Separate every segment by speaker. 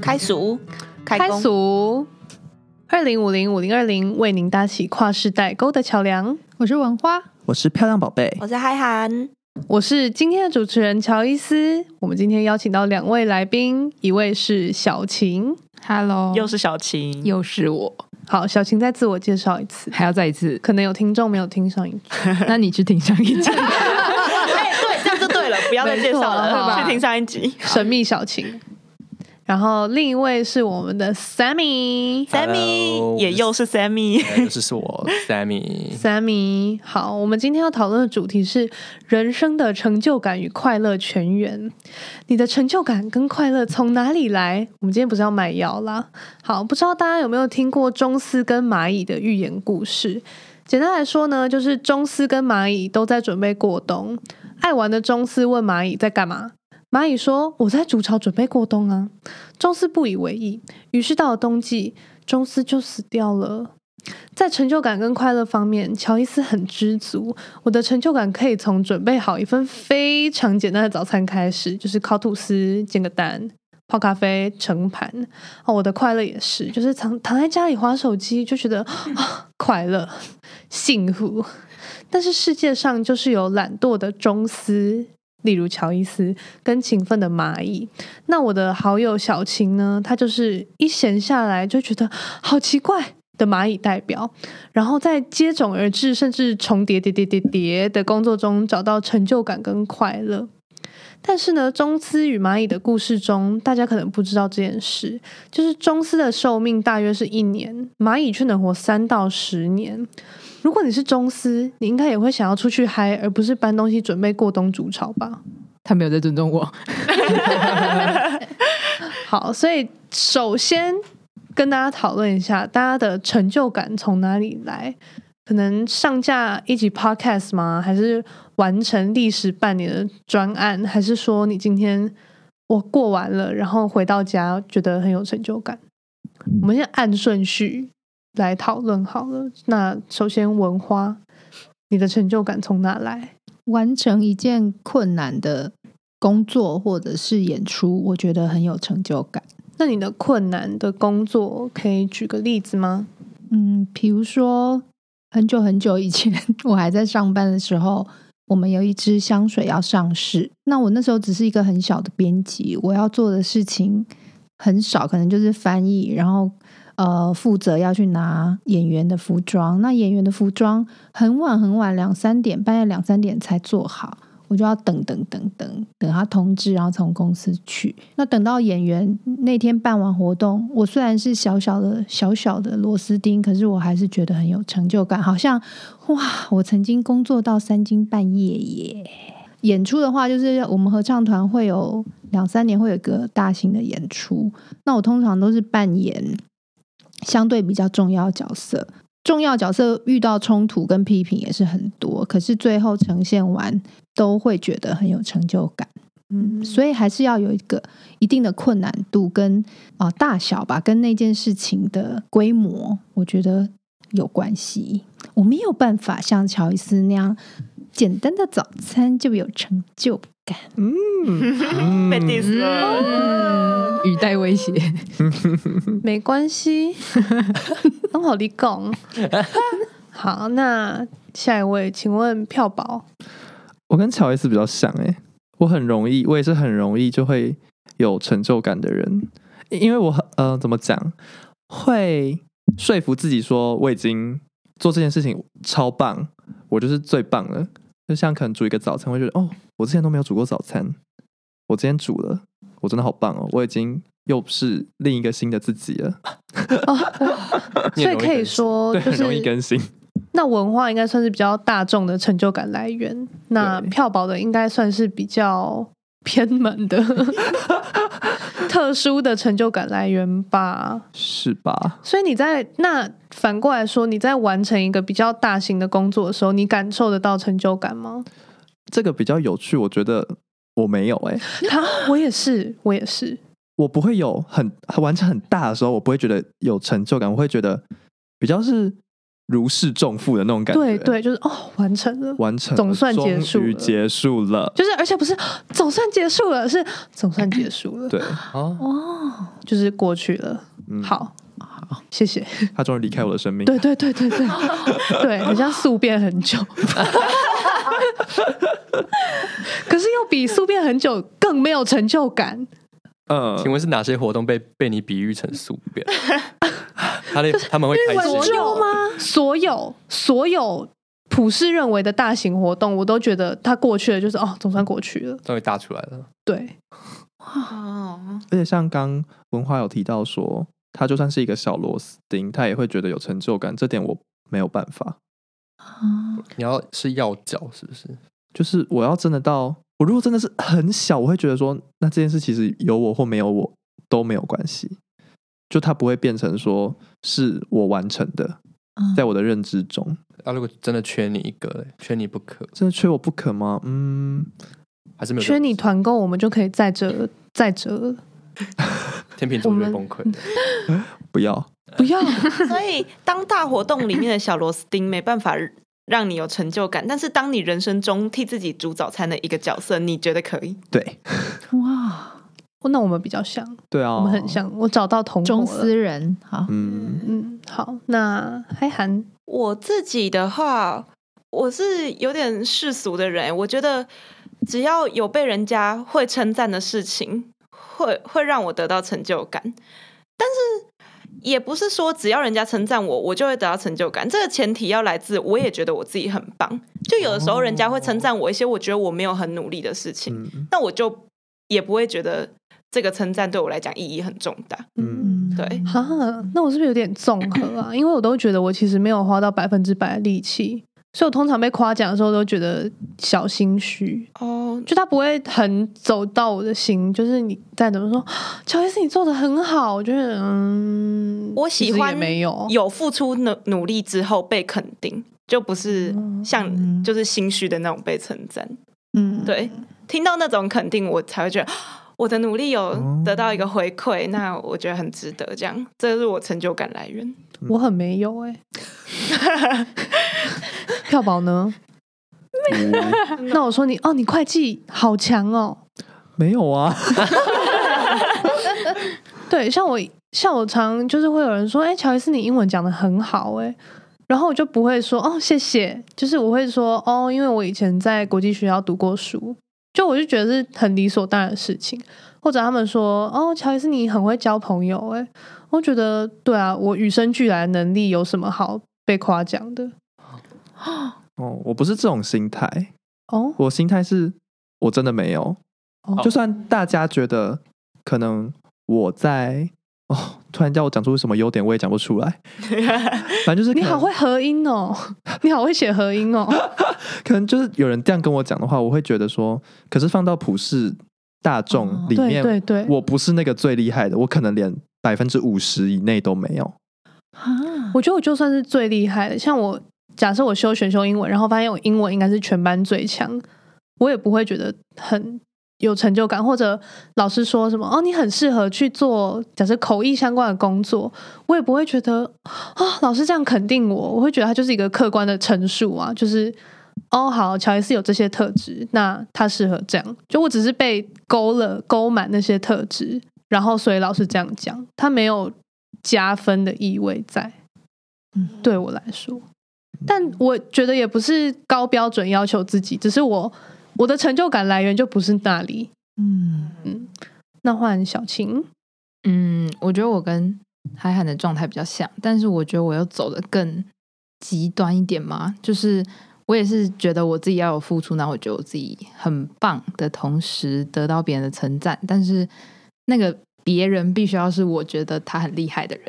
Speaker 1: 开俗，嗯开工，
Speaker 2: 俗。二零五零五零二零为您搭起跨世代沟的桥梁。我是文花，
Speaker 3: 我是漂亮宝贝，
Speaker 1: 我是嗨涵，
Speaker 2: 我是今天的主持人乔伊斯。我们今天邀请到两位来宾，一位是小晴。
Speaker 4: Hello，
Speaker 1: 又是小晴，
Speaker 4: 又是我，
Speaker 2: 好，小晴再自我介绍一次，。
Speaker 4: 还要再一次
Speaker 2: 可能有听众没有听上一集。
Speaker 4: 那你去听上一集。
Speaker 1: 哎，对，这样就 对了，不要再介绍
Speaker 4: 没错
Speaker 1: 了，
Speaker 4: 好
Speaker 1: 去听上一集。
Speaker 2: 神秘小晴。然后另一位是我们的 Sammy。
Speaker 3: Hello，
Speaker 1: Sammy 也又是 Sammy，
Speaker 3: 哎这 是我 Sammy。
Speaker 2: Sammy，好，我们今天要讨论的主题是人生的成就感与快乐全源。你的成就感跟快乐从哪里来？我们今天不是要买药啦。好，不知道大家有没有听过中斯跟蚂蚁的寓言故事？简单来说呢，就是中斯跟蚂蚁都在准备过冬。爱玩的中斯问蚂蚁在干嘛？蚂蚁说：“我在筑巢准备过冬啊。”中斯不以为意，于是到了冬季，中斯就死掉了。在成就感跟快乐方面，乔伊斯很知足。我的成就感可以从准备好一份非常简单的早餐开始，就是烤吐司、煎个蛋、泡咖啡、盛盘。哦，我的快乐也是，就是躺躺在家里划手机，就觉得 啊快乐、幸福。但是世界上就是有懒惰的中斯，例如乔伊斯，跟勤奋的蚂蚁。那我的好友小晴呢，她就是一闲下来就觉得好奇怪的蚂蚁代表，然后在接踵而至，甚至重叠叠叠叠叠的工作中找到成就感跟快乐。但是呢，中斯与蚂蚁的故事中，大家可能不知道这件事，就是中斯的寿命大约是一年，蚂蚁却能活三到十年。如果你是中斯，你应该也会想要出去嗨，而不是搬东西准备过冬筑巢吧？
Speaker 4: 他没有在尊重我。
Speaker 2: 好，所以首先跟大家讨论一下，大家的成就感从哪里来？可能上架一集 podcast 吗？还是完成历时半年的专案？还是说你今天我过完了，然后回到家觉得很有成就感？我们先按顺序来讨论好了。那首先文花，你的成就感从哪来？
Speaker 5: 完成一件困难的工作或者是演出，我觉得很有成就感。
Speaker 2: 那你的困难的工作可以举个例子吗？
Speaker 5: 嗯，比如说很久很久以前， 我还在上班的时候，我们有一支香水要上市。那我那时候只是一个很小的编辑，我要做的事情很少，可能就是翻译，然后呃负责要去拿演员的服装。那演员的服装很晚很晚，两三点，半夜两三点才做好。我就要等等等等等他通知，然后从公司去。那等到演员那天办完活动，我虽然是小小的小小的螺丝钉，可是我还是觉得很有成就感，好像哇，我曾经工作到三更半夜耶。演出的话，就是我们合唱团会有两三年会有一个大型的演出，那我通常都是扮演相对比较重要的角色。重要角色遇到冲突跟批评也是很多，可是最后呈现完都会觉得很有成就感。
Speaker 2: 嗯
Speaker 5: 所以还是要有一个一定的困难度跟啊、呃大小吧，跟那件事情的规模，我觉得有关系。我没有办法像乔伊斯那样简单的早餐就有成就感。
Speaker 1: 被 diss 了，
Speaker 4: 嗯， 语带威胁。
Speaker 2: 没关 系，很好理讲。好，那下一位，请问票宝，
Speaker 3: 我跟乔伊斯比较像哎、我很容易，我也是很容易就会有成就感的人，因为我很呃怎么讲，会说服自己说我已经做这件事情超棒，我就是最棒了。就像可能煮一个早餐，会觉得哦，我之前都没有煮过早餐，我今天煮了，我真的好棒哦，我已经又是另一个新的自己了， 你
Speaker 2: 哦所以
Speaker 3: 很容易
Speaker 2: 可以
Speaker 3: 更新
Speaker 2: 说
Speaker 3: 对，
Speaker 2: 就
Speaker 3: 很容易
Speaker 2: 是
Speaker 3: 更新。
Speaker 2: 那文化应该算是比较大众的成就感来源，那
Speaker 3: 对
Speaker 2: 票宝的应该算是比较偏门 的、特殊的成就感来源吧。
Speaker 3: 是吧？
Speaker 2: 所以你在那反过来说，你在完成一个比较大型的工作的时候，你感受得到成就感 吗？
Speaker 3: 这个比较有趣，我觉得我没有哎、
Speaker 2: 他，我也是，我也是。
Speaker 3: 我不会有很完成很大的时候，我不会觉得有成就感，我会觉得比较是如释重负的那种感觉。
Speaker 2: 对，对，就是哦，完成了，
Speaker 3: 完成了
Speaker 2: 总算结束
Speaker 3: 终于
Speaker 2: 了
Speaker 3: 结束了。
Speaker 2: 就是而且不是总算结束了，是总算结束了，
Speaker 3: 对，哦，
Speaker 5: 哦，
Speaker 2: 就是过去了。
Speaker 3: 嗯，
Speaker 2: 哦好，好，谢谢。
Speaker 3: 他终于离开我的生命。
Speaker 2: 对对对对 对对，很像宿便很久，可是又比宿便很久更没有成就感。
Speaker 3: 嗯，
Speaker 6: 请问是哪些活动被被你比喻成宿便？ 他的他们会开
Speaker 2: 所
Speaker 6: 始
Speaker 2: 有吗？所有所有普世认为的大型活动，我都觉得它过去了，就是哦，总算过去了。
Speaker 6: 终于打出来了，
Speaker 2: 对，
Speaker 1: 哦，
Speaker 3: 而且像刚文化有提到说，他就算是一个小螺丝钉，他也会觉得有成就感，这点我没有办法。
Speaker 5: 啊
Speaker 6: 你要是要角是不是？
Speaker 3: 就是我要真的到，我如果真的是很小，我会觉得说，那这件事其实有我或没有我都没有关系，就它不会变成说是我完成的，
Speaker 5: 嗯
Speaker 3: 在我的认知中，
Speaker 6: 啊，如果真的缺你一个嘞，缺你不可，
Speaker 3: 真的缺我不可吗？嗯，
Speaker 6: 还是没有这
Speaker 2: 缺
Speaker 6: 个
Speaker 2: 你团购，我们就可以再折再折，
Speaker 6: 天秤座就
Speaker 2: 我
Speaker 6: 会
Speaker 2: 们
Speaker 6: 崩溃的。
Speaker 3: 不要，
Speaker 2: 不要
Speaker 1: 所以当大活动里面的小螺丝钉没办法让你有成就感，但是当你人生中替自己煮早餐的一个角色，你觉得可以？
Speaker 3: 对
Speaker 5: 哇，
Speaker 2: 那我们比较像，
Speaker 3: 对啊，
Speaker 2: 我们很，像，我找到同伙
Speaker 5: 中
Speaker 2: 了
Speaker 5: 思人好，
Speaker 3: 嗯，
Speaker 2: 嗯，好，那嗨韩，
Speaker 1: 我自己的话，我是有点世俗的人，我觉得只要有被人家会称赞的事情，会会让我得到成就感。但是也不是说只要人家称赞我，我就会得到成就感。这个前提要来自我也觉得我自己很棒。就有的时候人家会称赞我一些我觉得我没有很努力的事情，
Speaker 3: 嗯
Speaker 1: 那我就也不会觉得这个称赞对我来讲意义很重大。
Speaker 3: 嗯，
Speaker 5: 嗯，
Speaker 1: 对
Speaker 2: 哈，那我是不是有点综合啊？因 为我都觉得我其实没有花到百分之百的力气，所以我通常被夸奖的时候都觉得小心虚，
Speaker 1: 哦，
Speaker 2: 就他不会很走到我的心。就是你再怎么说， 乔伊斯你做的很好，我觉得嗯，
Speaker 1: 我
Speaker 2: 其
Speaker 1: 喜
Speaker 2: 实
Speaker 1: 欢
Speaker 2: 也没
Speaker 5: 哦
Speaker 2: 有，
Speaker 1: 有付出努努力之后被肯定，就不是像
Speaker 5: 嗯
Speaker 1: 就是心虚的那种被称赞。
Speaker 5: 嗯，
Speaker 1: 对，听到那种肯定，我才会觉得啊我的努力
Speaker 5: 哦
Speaker 1: 有得到一个回馈，那我觉得很值得。这样，这是我成就感来源。
Speaker 2: 我很没有哎、 票宝呢？
Speaker 3: 我
Speaker 2: 那我说你哦，你会计好强哦，
Speaker 3: 没有啊，
Speaker 2: 对，像我像我常就是会有人说，哎、乔伊斯，你英文讲的很好、诶，哎，然后我就不会说哦，谢谢，就是我会说哦，因为我以前在国际学校读过书，就我就觉得是很理所当然的事情。或者他们说哦，乔伊斯，你很会交朋友、诶，哎，我觉得对啊，我与生俱来的能力有什么好被夸奖的？
Speaker 3: 哦，我不是这种心态，
Speaker 2: 哦
Speaker 3: 我心态是我真的没有，
Speaker 2: 哦，
Speaker 3: 就算大家觉得可能我在哦，突然叫我讲出什么优点，我也讲不出来。反正就是可
Speaker 2: 你
Speaker 3: 能
Speaker 2: 好会，合音哦， 你好会写合音哦，
Speaker 3: 可能就是有人这样跟我讲的话，我会觉得说，可是放到普世大
Speaker 5: 哦
Speaker 3: 众里
Speaker 2: 对
Speaker 3: 面，
Speaker 2: 对对，
Speaker 3: 我不是那个最厉害的，我可能连百分之五十以内都没有。
Speaker 5: 啊，
Speaker 2: 我觉得我就算是最厉害的，像我假设我修选修英文，然后发现我英文应该是全班最强，我也不会觉得很有成就感，或者老师说什么哦，你很适合去做假设口译相关的工作，我也不会觉得啊、老师这样肯定我，我会觉得他就是一个客观的陈述啊，就是。哦，好，乔伊斯有这些特质，那他适合这样。就我只是被勾了勾满那些特质，然后所以老师这样讲，他没有加分的意味在。对我来说，但我觉得也不是高标准要求自己，只是我我的成就感来源就不是那里。
Speaker 5: 嗯，
Speaker 2: 嗯，那换小晴，
Speaker 4: 嗯，我觉得我跟海涵的状态比较像，但是我觉得我又走的更极端一点嘛，就是我也是觉得我自己要有付出，然后我觉得我自己很棒的同时得到别人的称赞，但是那个别人必须要是我觉得他很厉害的人。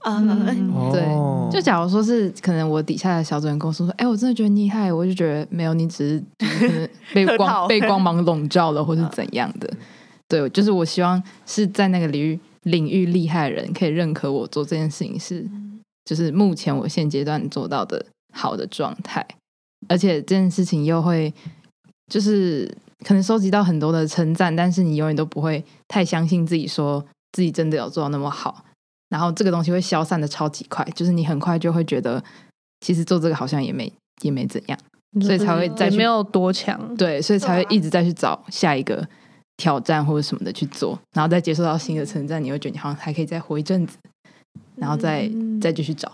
Speaker 1: 啊、
Speaker 5: 嗯
Speaker 4: 对
Speaker 3: 哦
Speaker 4: 就假如说是可能我底下的小组员跟我说说，哎、我真的觉得你厉害，我就觉得没有，你只是可能
Speaker 1: 客
Speaker 4: 被
Speaker 1: 套
Speaker 4: 光被光芒笼罩了，或是怎样的。对，就是我希望是在那个领域领域厉害的人可以认可我做这件事情是，就是目前我现阶段做到的好的状态，而且这件事情又会就是可能收集到很多的称赞，但是你永远都不会太相信自己，说自己真的有做到那么好。然后这个东西会消散的超级快，就是你很快就会觉得其实做这个好像也没也没怎样，
Speaker 2: 你说
Speaker 4: 所以才会再
Speaker 2: 也
Speaker 4: 去
Speaker 2: 没有多强。
Speaker 4: 对，所以才
Speaker 1: 对啊
Speaker 4: 会一直再去找下一个挑战或者什么的去做，然后再接受到新的称赞，你会觉得你好像还可以再活一阵子，然后再、
Speaker 2: 嗯
Speaker 4: 再继续找。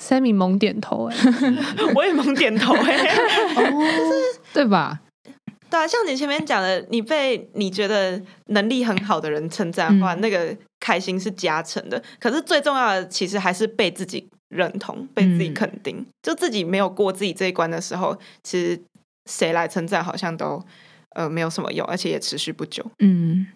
Speaker 2: Sammy 猛点头、 哎，
Speaker 1: 嗯我也猛点头哎、
Speaker 4: 对吧？
Speaker 1: 对啊，像你前面讲的，你被你觉得能力很好的人称赞的话，
Speaker 4: 嗯
Speaker 1: 那个开心是加成的。可是最重要的，其实还是被自己认同、被自己
Speaker 4: 嗯
Speaker 1: 肯定。就自己没有过自己这一关的时候，其实谁来称赞好像都呃没有什么用，而且也持续不久。
Speaker 4: 嗯，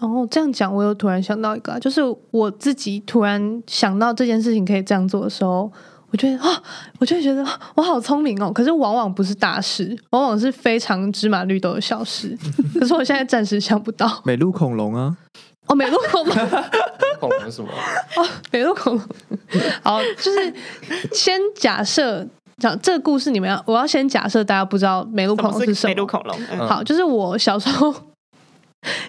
Speaker 2: 然后这样讲，我又突然想到一个啊，就是我自己突然想到这件事情可以这样做的时候，我觉得啊，我就会觉得啊我好聪明哦。可是往往不是大事，往往是非常芝麻绿豆的小事。可是我现在暂时想不到。
Speaker 3: 美露恐龙啊，
Speaker 2: 哦，美露恐龙，
Speaker 6: 恐龙什么？
Speaker 2: 美露恐龙。好，就是先假设讲这个故事，你们要我要先假设大家不知道美露恐龙是什么。
Speaker 1: 美露恐龙？嗯
Speaker 6: 嗯
Speaker 2: 好，就是我小时候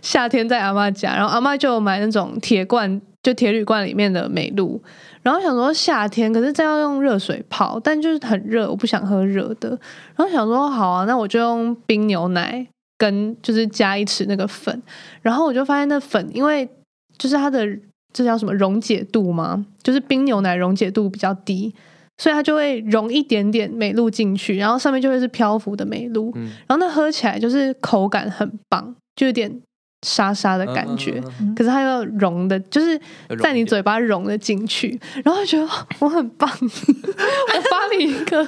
Speaker 2: 夏天在阿妈家，然后阿妈就有买那种铁罐，就铁铝罐里面的美露，然后想说夏天，可是这要用热水泡，但就是很热，我不想喝热的，然后想说好啊，那我就用冰牛奶跟就是加一匙那个粉，然后我就发现那粉因为就是它的这叫什么溶解度吗？就是冰牛奶溶解度比较低。所以它就会溶一点点美露进去，然后上面就会是漂浮的美露。
Speaker 6: 嗯，
Speaker 2: 然后那喝起来就是口感很棒，就有点沙沙的感
Speaker 6: 嗯
Speaker 2: 觉，可是它又融的，就是在你嘴巴融的进去，然后就觉得哦我很棒， 我发明一个，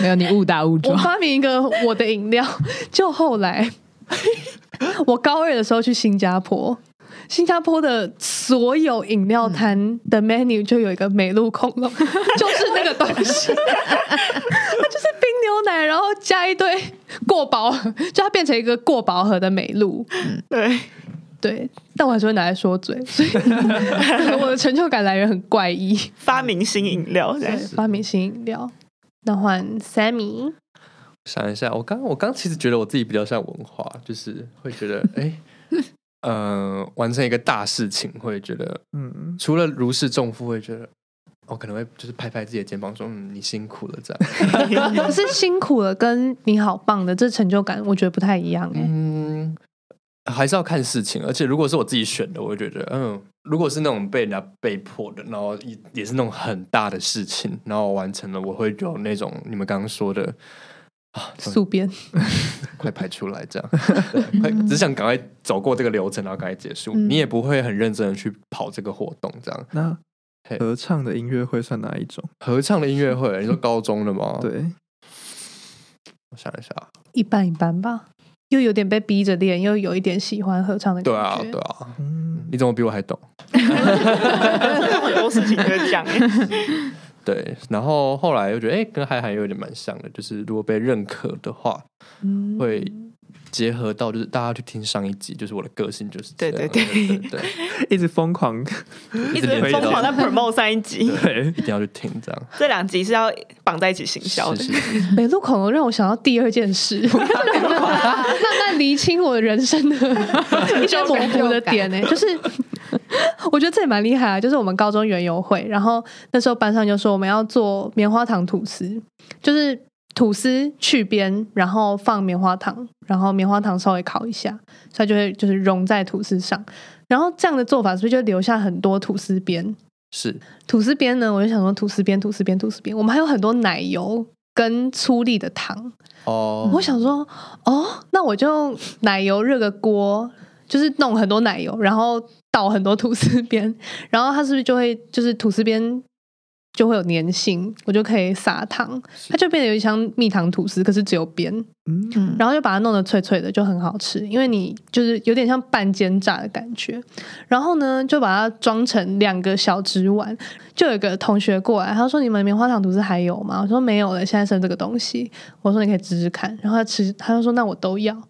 Speaker 4: 没有，你误打误
Speaker 2: 我
Speaker 4: 撞。
Speaker 2: 发明一个我的饮料。 就后来，我高二的时候去新加坡。新加坡的所有饮料摊的 menu 就有一个美露恐龙，就是那个东西，它就是冰牛奶，然后加一堆过薄，就它变成一个过薄荷的美露。
Speaker 1: 对，
Speaker 2: 对，但我还是会拿来说嘴，所以我的成就感来源很怪异。
Speaker 1: 发明新饮料这样
Speaker 2: 对，发明新饮料。那换 Sammy，
Speaker 6: 想一下，我刚我刚其实觉得我自己比较像文化，就是会 觉得哎。呃，完成一个大事情会觉得，
Speaker 3: 嗯，
Speaker 6: 除了如释重负，会觉得，我、可能会就是拍拍自己的肩膀说，嗯，你辛苦了这样。
Speaker 2: 可是辛苦了，跟你好棒的这成就感，我觉得不太一样哎、
Speaker 6: 嗯，还是要看事情，而且如果是我自己选的，我会觉得，嗯，如果是那种被人家被迫的，然后也也是那种很大的事情，然后完成了，我会有那种你们刚刚说的啊，终于
Speaker 2: 宿便，
Speaker 6: 快排出来这样，对快只想赶快走过这个流程，然后赶快结束，
Speaker 2: 嗯
Speaker 6: 你也不会很认真的去跑这个活动，这样。
Speaker 3: 那
Speaker 6: 嘿
Speaker 3: 合唱的音乐会算哪一种？
Speaker 6: 合唱的音乐会，你说高中的吗？，
Speaker 3: 对，
Speaker 6: 我想一下，
Speaker 2: 一般一般吧，又有点被逼着练，又有一点喜欢合唱的感
Speaker 6: 对啊
Speaker 2: 觉。，
Speaker 6: 对啊，
Speaker 3: 嗯，
Speaker 6: 你怎么比我还懂？
Speaker 1: 子，很多事情就会讲、 欸。
Speaker 6: 对，然后后来又觉得，哎、跟海涵有点蛮像的，就是如果被认可的话，
Speaker 2: 嗯
Speaker 6: 会结合到就是大家去听上一集，就是我的个性就是这样
Speaker 1: 对对
Speaker 6: 对
Speaker 1: 对
Speaker 6: 对对，
Speaker 3: 一直疯狂，
Speaker 1: 一直
Speaker 6: 连接
Speaker 1: 疯狂
Speaker 6: 到
Speaker 1: 在 promote 上一集，
Speaker 6: 对，一定要去听这样。
Speaker 1: 这两集是要绑在一起行销的。
Speaker 6: 是 是是
Speaker 2: 美露恐龙让我想到第二件事，慢慢厘清我人生的一些模糊的点呢、就是我觉得这也蛮厉害啊。就是我们高中园游会，然后那时候班上就说我们要做棉花糖吐司，就是吐司去边，然后放棉花糖，然后棉花糖稍微烤一下，所以它就会就是融在吐司上。然后这样的做法是不是就留下很多吐司边？
Speaker 6: 是，
Speaker 2: 吐司边呢，我就想说吐司边、吐司边、吐司边，我们还有很多奶油跟粗粒的糖。
Speaker 6: 哦，
Speaker 2: 我想说，哦，那我就用奶油热个锅，就是弄很多奶油，然后倒很多吐司边，然后它是不是就会就是吐司边就会有粘性，我就可以撒糖，它就变得有点像蜜糖吐司，可是只有边，
Speaker 3: 嗯，
Speaker 5: 嗯，
Speaker 2: 然后就把它弄得脆脆的，就很好吃，因为你就是有点像半煎炸的感觉。然后呢，就把它装成两个小纸碗。就有一个同学过来，他说：“你们棉花糖吐司还有吗？”我说：“没有了，现在剩这个东西。”我说：“你可以吃吃看。”然后他吃，他就说：“那我都要。”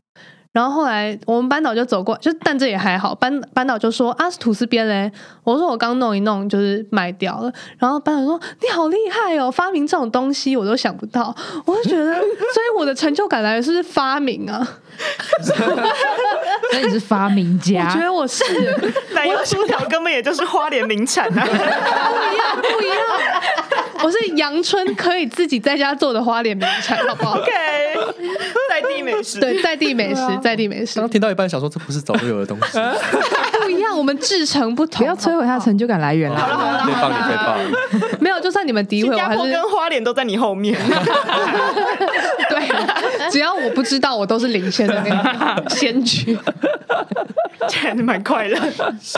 Speaker 2: 然后后来我们班导就走过，就但这也还好。班班导就说：“啊，吐司边嘞。”我说：“我刚弄一弄，就是卖掉了。”然后班长说：“你好厉害哦，发明这种东西我都想不到。”我就觉得，所以我的成就感来源是不是发明啊？
Speaker 4: 所以你是发明
Speaker 2: 我觉
Speaker 4: 家，
Speaker 2: 得我是
Speaker 1: 奶油薯条根本也就是花莲名产啊！
Speaker 2: 不一样，不一样。 我是阳春可以自己在家做的花莲名产，好不好？
Speaker 1: OK，在地美食，
Speaker 2: 对，啊在地美食，在地美食
Speaker 6: 刚听到一半想说这不是早就有的东 西，
Speaker 2: 不一样，我们制成不同。
Speaker 4: 不要摧毁他的成就感来源啊啦。
Speaker 6: 最棒你最棒，
Speaker 2: 没有，就算你们诋
Speaker 1: 新
Speaker 2: 毁我，
Speaker 1: 加
Speaker 2: 还
Speaker 1: 坡
Speaker 2: 是
Speaker 1: 跟花莲都在你后面。
Speaker 2: 对，啊只要我不知道，我都是领先的那个 先驱。
Speaker 1: 这还蛮快乐。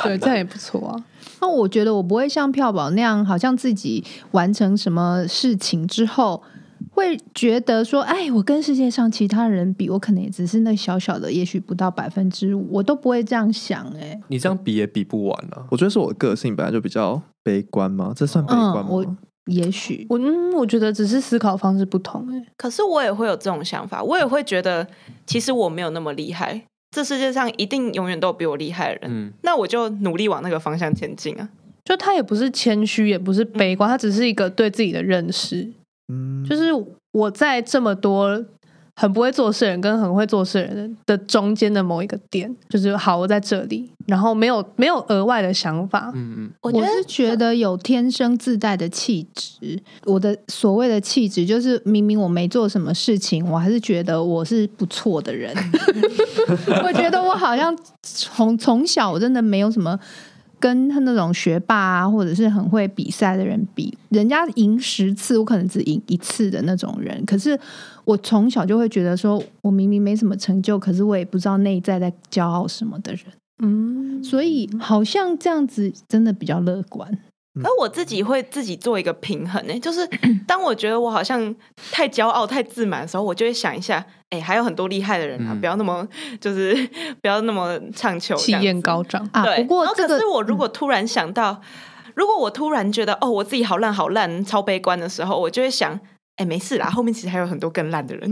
Speaker 2: 对，这样也不错啊。
Speaker 5: 那我觉得我不会像票宝那样，好像自己完成什么事情之后，会觉得说，哎，我跟世界上其他人比，我可能也只是那小小的，也许不到百分之五，我都不会这样想、哎，
Speaker 6: 你这样比也比不完啊。
Speaker 3: 我觉得是我个性本来就比较悲观嘛，这算悲观
Speaker 5: 嗯，
Speaker 3: 吗？
Speaker 5: 我也许
Speaker 2: 我嗯，我觉得只是思考方式不同、欸。
Speaker 1: 可是我也会有这种想法，我也会觉得其实我没有那么厉害，这世界上一定永远都有比我厉害的人。
Speaker 6: 嗯，
Speaker 1: 那我就努力往那个方向前进啊！
Speaker 2: 就他也不是谦虚，也不是悲观，他只是一个对自己的认识。
Speaker 3: 嗯，
Speaker 2: 就是我在这么多很不会做事的人跟很会做事的人的中间的某一个点，就是好，我在这里，然后没有没有额外的想法。
Speaker 6: 嗯
Speaker 1: 我觉
Speaker 5: 我
Speaker 1: 得
Speaker 5: 是觉得有天生自带的气质。我的所谓的气质，就是明明我没做什么事情，我还是觉得我是不错的人。 我觉得我好像从从小我真的没有什么。跟那种学霸啊，或者是很会比赛的人比，人家赢十次，我可能只赢一次的那种人。可是我从小就会觉得说，我明明没什么成就，可是我也不知道内在在骄傲什么的人。
Speaker 2: 嗯，
Speaker 5: 所以好像这样子真的比较乐观。
Speaker 1: 而我自己会自己做一个平衡呢、欸就是当我觉得我好像太骄傲、太自满的时候，我就会想一下，哎、还有很多厉害的人啊，
Speaker 6: 嗯
Speaker 1: 不要那么就是不要那么唱秋，
Speaker 2: 气
Speaker 1: 这样子
Speaker 2: 焰高涨。
Speaker 5: 啊
Speaker 1: 对，
Speaker 5: 不过
Speaker 1: 然后
Speaker 5: 这个嗯
Speaker 1: 可是我如果突然想到，如果我突然觉得哦，我自己好烂好烂，超悲观的时候，我就会想，哎，没事啦，后面其实还有很多更烂的人，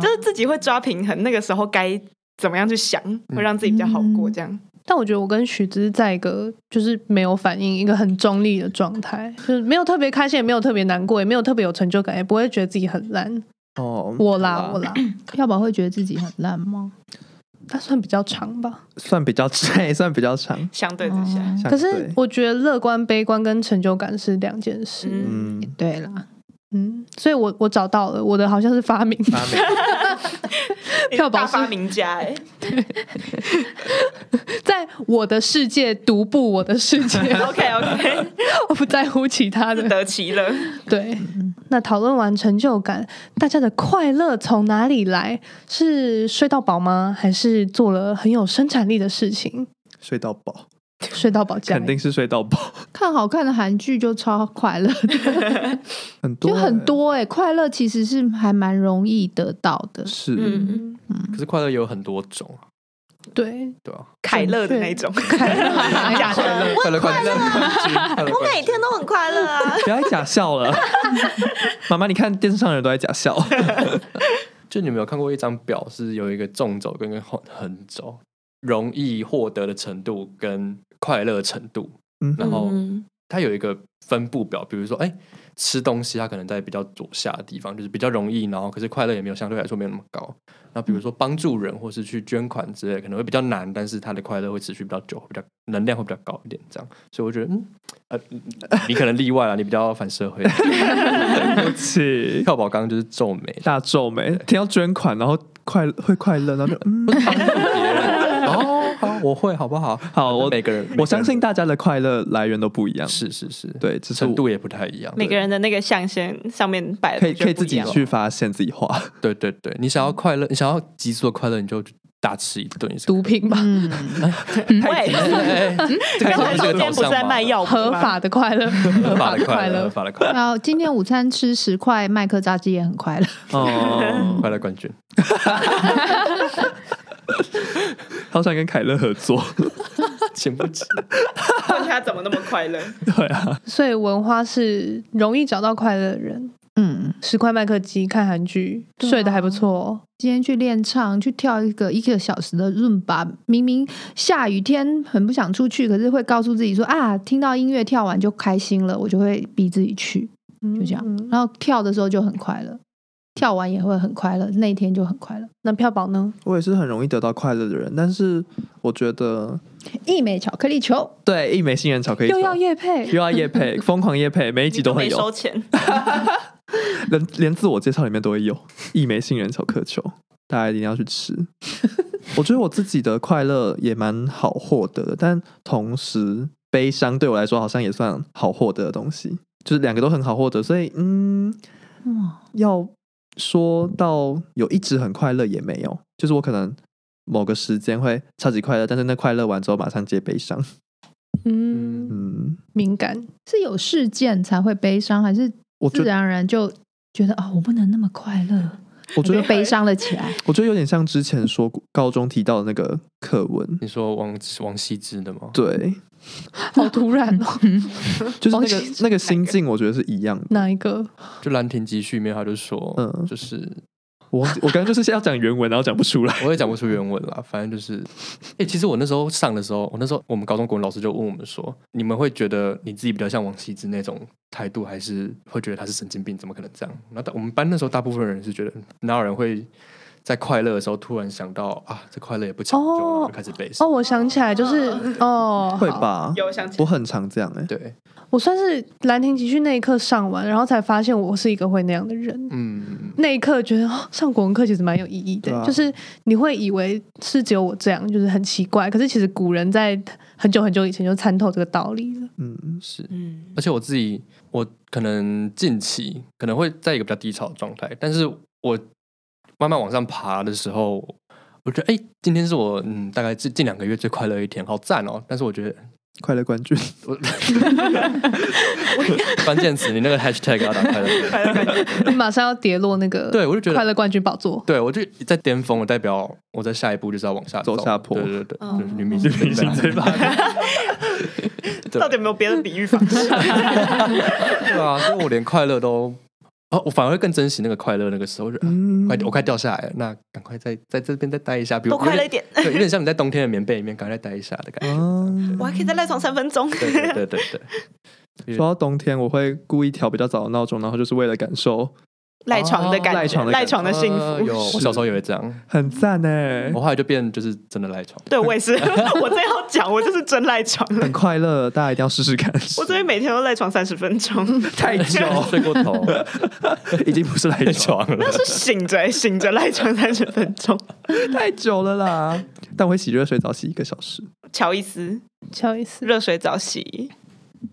Speaker 1: 就是自己会抓平衡，那个时候该怎么样去想，会让自己比较好过，
Speaker 5: 嗯
Speaker 1: 这样
Speaker 2: 但我觉得我跟许之在一个就是没有反应，一个很中立的状态，就是没有特别开心，也没有特别难过，也没有特别有成就感，也不会觉得自己很烂。
Speaker 3: 哦，
Speaker 2: 我啦，我啦，
Speaker 5: 票宝会觉得自己很烂吗？
Speaker 2: 它算比较长吧。
Speaker 3: 算比较 长，算比较长。
Speaker 1: 相对之下，
Speaker 5: 哦
Speaker 3: 相
Speaker 2: 可是
Speaker 3: 对
Speaker 2: 我觉得乐观、悲观跟成就感是两件事。嗯
Speaker 1: 嗯，
Speaker 3: 嗯，
Speaker 5: 对啦，
Speaker 2: 所以我我找到了我的好像是发明，
Speaker 6: 发明
Speaker 1: 你是
Speaker 2: 跳宝
Speaker 1: 大
Speaker 2: 是
Speaker 1: 发明家哎、
Speaker 2: 在我的世界独步我的世界，
Speaker 1: OK OK，
Speaker 2: 我不在乎其他的
Speaker 1: 自。得其乐。
Speaker 2: 对，
Speaker 5: 嗯
Speaker 2: 那讨论完成就感，大家的快乐从哪里来？是睡到饱吗？还是做了很有生产力的事情？
Speaker 3: 睡到饱，
Speaker 2: 睡到饱，
Speaker 3: 肯定是睡到饱，
Speaker 5: 看好看的韩剧就超快乐，
Speaker 3: 很多
Speaker 5: 就很
Speaker 3: 欸，
Speaker 5: 多哎、快乐其实是还蛮容易得到的。
Speaker 3: 是
Speaker 1: 嗯，
Speaker 6: 可是快乐也有很多种，
Speaker 2: 对，
Speaker 6: 对吧？
Speaker 1: 凯乐的那种， 假的。
Speaker 6: 快乐快乐快乐，
Speaker 1: 我每天都很快乐啊！
Speaker 3: 不要再假笑了。妈妈，你看电视上的人都在假笑。
Speaker 6: 就你们有看过一张表，是有一个纵轴跟一个横横轴，容易获得的程度跟快乐程度，
Speaker 3: 嗯
Speaker 6: 然后
Speaker 1: 嗯
Speaker 6: 它有一个分布表，比如说，哎、吃东西它可能在比较左下的地方，就是比较容易，然后可是快乐也没有相对来说没有那么高。那比如说帮助人或是去捐款之类，可能会比较难，但是它的快乐会持续比较久，会比较能量会比较高一点，这样。所以我觉得，嗯，呃，你可能例外了，你比较反社会。
Speaker 3: 对不起，
Speaker 6: 跳宝刚刚就是皱眉，
Speaker 3: 大皱眉，听到捐款，然后快会快乐，然后就嗯，
Speaker 6: 哦，好，我会好不好？
Speaker 3: 好，我
Speaker 6: 每个人，
Speaker 3: 我相信
Speaker 6: 大
Speaker 3: 大家的快乐来源都不一样，
Speaker 6: 是是是，
Speaker 3: 对，只是
Speaker 6: 程
Speaker 3: 我
Speaker 6: 度也不太一样。
Speaker 1: 每个人的那个象限上面摆的
Speaker 3: 可以
Speaker 1: 就
Speaker 3: 可以
Speaker 1: 不
Speaker 3: 自
Speaker 1: 一
Speaker 3: 己
Speaker 1: 样
Speaker 3: 去发现自己画。
Speaker 6: 对对对，你想要快乐，你想要极速的快乐，你就大吃一顿也是可以
Speaker 2: 毒品吧，
Speaker 5: 嗯，
Speaker 1: 喂，
Speaker 6: 哎哎哎这个
Speaker 1: 嗯刚才
Speaker 6: 这
Speaker 1: 中
Speaker 6: 个
Speaker 1: 间
Speaker 6: 早
Speaker 1: 不是
Speaker 6: 上
Speaker 1: 在
Speaker 6: 吗
Speaker 1: 卖药嗯品
Speaker 2: 合
Speaker 1: 吗
Speaker 2: 法的快乐，合
Speaker 6: 合法
Speaker 2: 法
Speaker 6: 的
Speaker 2: 的
Speaker 6: 快
Speaker 2: 快
Speaker 6: 乐，合
Speaker 2: 乐。
Speaker 6: 法的快乐，
Speaker 5: 然后今天午餐吃十块麦克炸鸡也很快乐。
Speaker 1: 嗯
Speaker 3: 哦，
Speaker 6: 快乐 冠军。
Speaker 3: 好想跟凯乐合作。
Speaker 6: 请不起，
Speaker 1: 问他啊怎么那么快乐？
Speaker 3: 对啊，
Speaker 2: 所以文花是容易找到快乐的人。
Speaker 5: 嗯，
Speaker 2: 十块麦克鸡，看韩剧，
Speaker 5: 对啊
Speaker 2: 睡得还不错、哦。
Speaker 5: 今天去练唱，去跳一个一个小时的润吧。明明下雨天很不想出去，可是会告诉自己说啊，听到音乐跳完就开心了，我就会逼自己去。
Speaker 2: 就
Speaker 5: 啊就这样。
Speaker 2: 嗯、
Speaker 5: 然后跳的时候就很快乐，跳完也会很快乐，那一天就很快乐。
Speaker 2: 那票宝呢？
Speaker 3: 我也是很容易得到快乐的人，但是我觉得
Speaker 5: 一枚巧克力球。
Speaker 3: 对，一枚杏仁巧克力球
Speaker 2: 又要夜配，
Speaker 3: 又要夜配，疯狂夜配，每一集都会
Speaker 1: 没收
Speaker 3: 有，
Speaker 1: 钱。
Speaker 3: 连连自我介绍里面都会有一枚杏仁巧克力球，大家一定要去吃。 我觉得我自己的快乐也蛮好获得的，但同时悲伤对我来说好像也算好获得的东西，就是两个都很好获得，所以嗯，
Speaker 5: 哇，
Speaker 3: 要说到有一直很快乐也没有，就是我可能某个时间会超级快乐，但是那快乐完之后马上接悲伤。
Speaker 2: 嗯，
Speaker 3: 嗯，
Speaker 2: 敏感，
Speaker 5: 是有事件才会悲伤，还是
Speaker 3: 我觉
Speaker 5: 自
Speaker 3: 得
Speaker 5: 然而然就觉得哦，我不能那么快乐，
Speaker 3: 我觉
Speaker 5: 就
Speaker 3: 得
Speaker 5: 悲伤了起来？
Speaker 3: 我觉得有点像之前说过高中提到的那个课文，
Speaker 6: 你说王王羲之的吗？
Speaker 3: 对，
Speaker 2: 好突然 哦，
Speaker 3: 就是那
Speaker 2: 王
Speaker 3: 个
Speaker 2: 羲之
Speaker 3: 那个心境，我觉得是一样的。
Speaker 2: 哪一个？
Speaker 6: 就《兰亭集序》里面他就说，
Speaker 3: 嗯
Speaker 6: 就是
Speaker 3: 我忘记我刚刚就是要讲原文，然后讲不出来。
Speaker 6: 我也讲不出原文啦，反正就是，哎、其实我那时候上的时候，我那时候我们高中国文老师就问我们说，你们会觉得你自己比较像王羲之那种态度，还是会觉得他是神经病？怎么可能这样？那大我们班那时候大部分人是觉得，哪有人会在快乐的时候突然想到啊，这快乐也不长久，
Speaker 2: 哦
Speaker 6: 然后就开始悲伤？
Speaker 2: 哦，我想起来， 就是哦，
Speaker 3: 会
Speaker 2: 好
Speaker 3: 吧？
Speaker 1: 有想起
Speaker 3: 我很常这样哎、
Speaker 6: 对，
Speaker 2: 我算是《兰亭集序》那一刻上完，然后才发现我是一个会那样的人。
Speaker 6: 嗯，
Speaker 2: 那一刻觉得、哦、上国文课其实蛮有意义的，
Speaker 3: 对啊
Speaker 2: 就是你会以为是只有我这样，就是很奇怪。可是其实古人在很久很久以前就参透这个道理 了。
Speaker 3: 嗯，
Speaker 6: 是。
Speaker 1: 嗯，
Speaker 6: 而且我自己，我可能近期可能会在一个比较低潮的状态，但是我慢慢往上爬的时候，我觉得哎、诶今天是我嗯，大概近近两个月最快乐的一天，好赞哦！但是我觉得
Speaker 3: 快乐冠军，
Speaker 6: 我关键词，你那个 hashtag 要打快乐，
Speaker 2: 你马上要跌落那个
Speaker 6: 对我就觉
Speaker 2: 快
Speaker 6: 得。
Speaker 2: 乐冠军宝座，
Speaker 6: 对，我就在巅峰，我代表我在下一步就是要往下
Speaker 3: 走下坡
Speaker 6: 对对对，
Speaker 1: 哦
Speaker 6: 就是女明星女明星
Speaker 1: 到底有没有别的比喻方式？ 啊
Speaker 6: 对啊，所以我连快乐都，哦，我反而会更珍惜那个快乐那个时候，我就啊
Speaker 3: 嗯
Speaker 6: 快，我快掉下来了，那赶快在在这边再待一下，比如
Speaker 1: 多快乐一
Speaker 6: 有点，
Speaker 1: 点，
Speaker 6: 对，有点像你在冬天的棉被里面赶快待一下的 感觉。
Speaker 3: 嗯
Speaker 1: 我还可以再赖床三分钟。
Speaker 6: 对对对对对，
Speaker 3: 说到冬天，我会故意调比较早的闹钟，然后就是为了感受，
Speaker 1: 赖床的感
Speaker 3: 哦赖
Speaker 1: 觉，
Speaker 3: 床的感觉
Speaker 1: 赖床的幸
Speaker 6: 呃有，
Speaker 1: 福。
Speaker 6: 我小时候也会这样，
Speaker 3: 很赞哎、
Speaker 6: 我后来就变就是真的赖床。
Speaker 1: 对我也是，我这要讲，我就是真赖床了
Speaker 3: 很。快乐，大家一定要试试看。
Speaker 1: 我这边每天都赖床三十分钟，
Speaker 3: 太久
Speaker 6: 睡过头，
Speaker 3: 已经不是赖
Speaker 6: 赖
Speaker 3: 床，
Speaker 6: 床了
Speaker 1: 那。是醒着醒着赖床三十分钟。
Speaker 3: 太久了啦。但我会洗热水澡洗一个小时，
Speaker 1: 乔伊斯
Speaker 2: 乔伊斯，
Speaker 1: 热水澡洗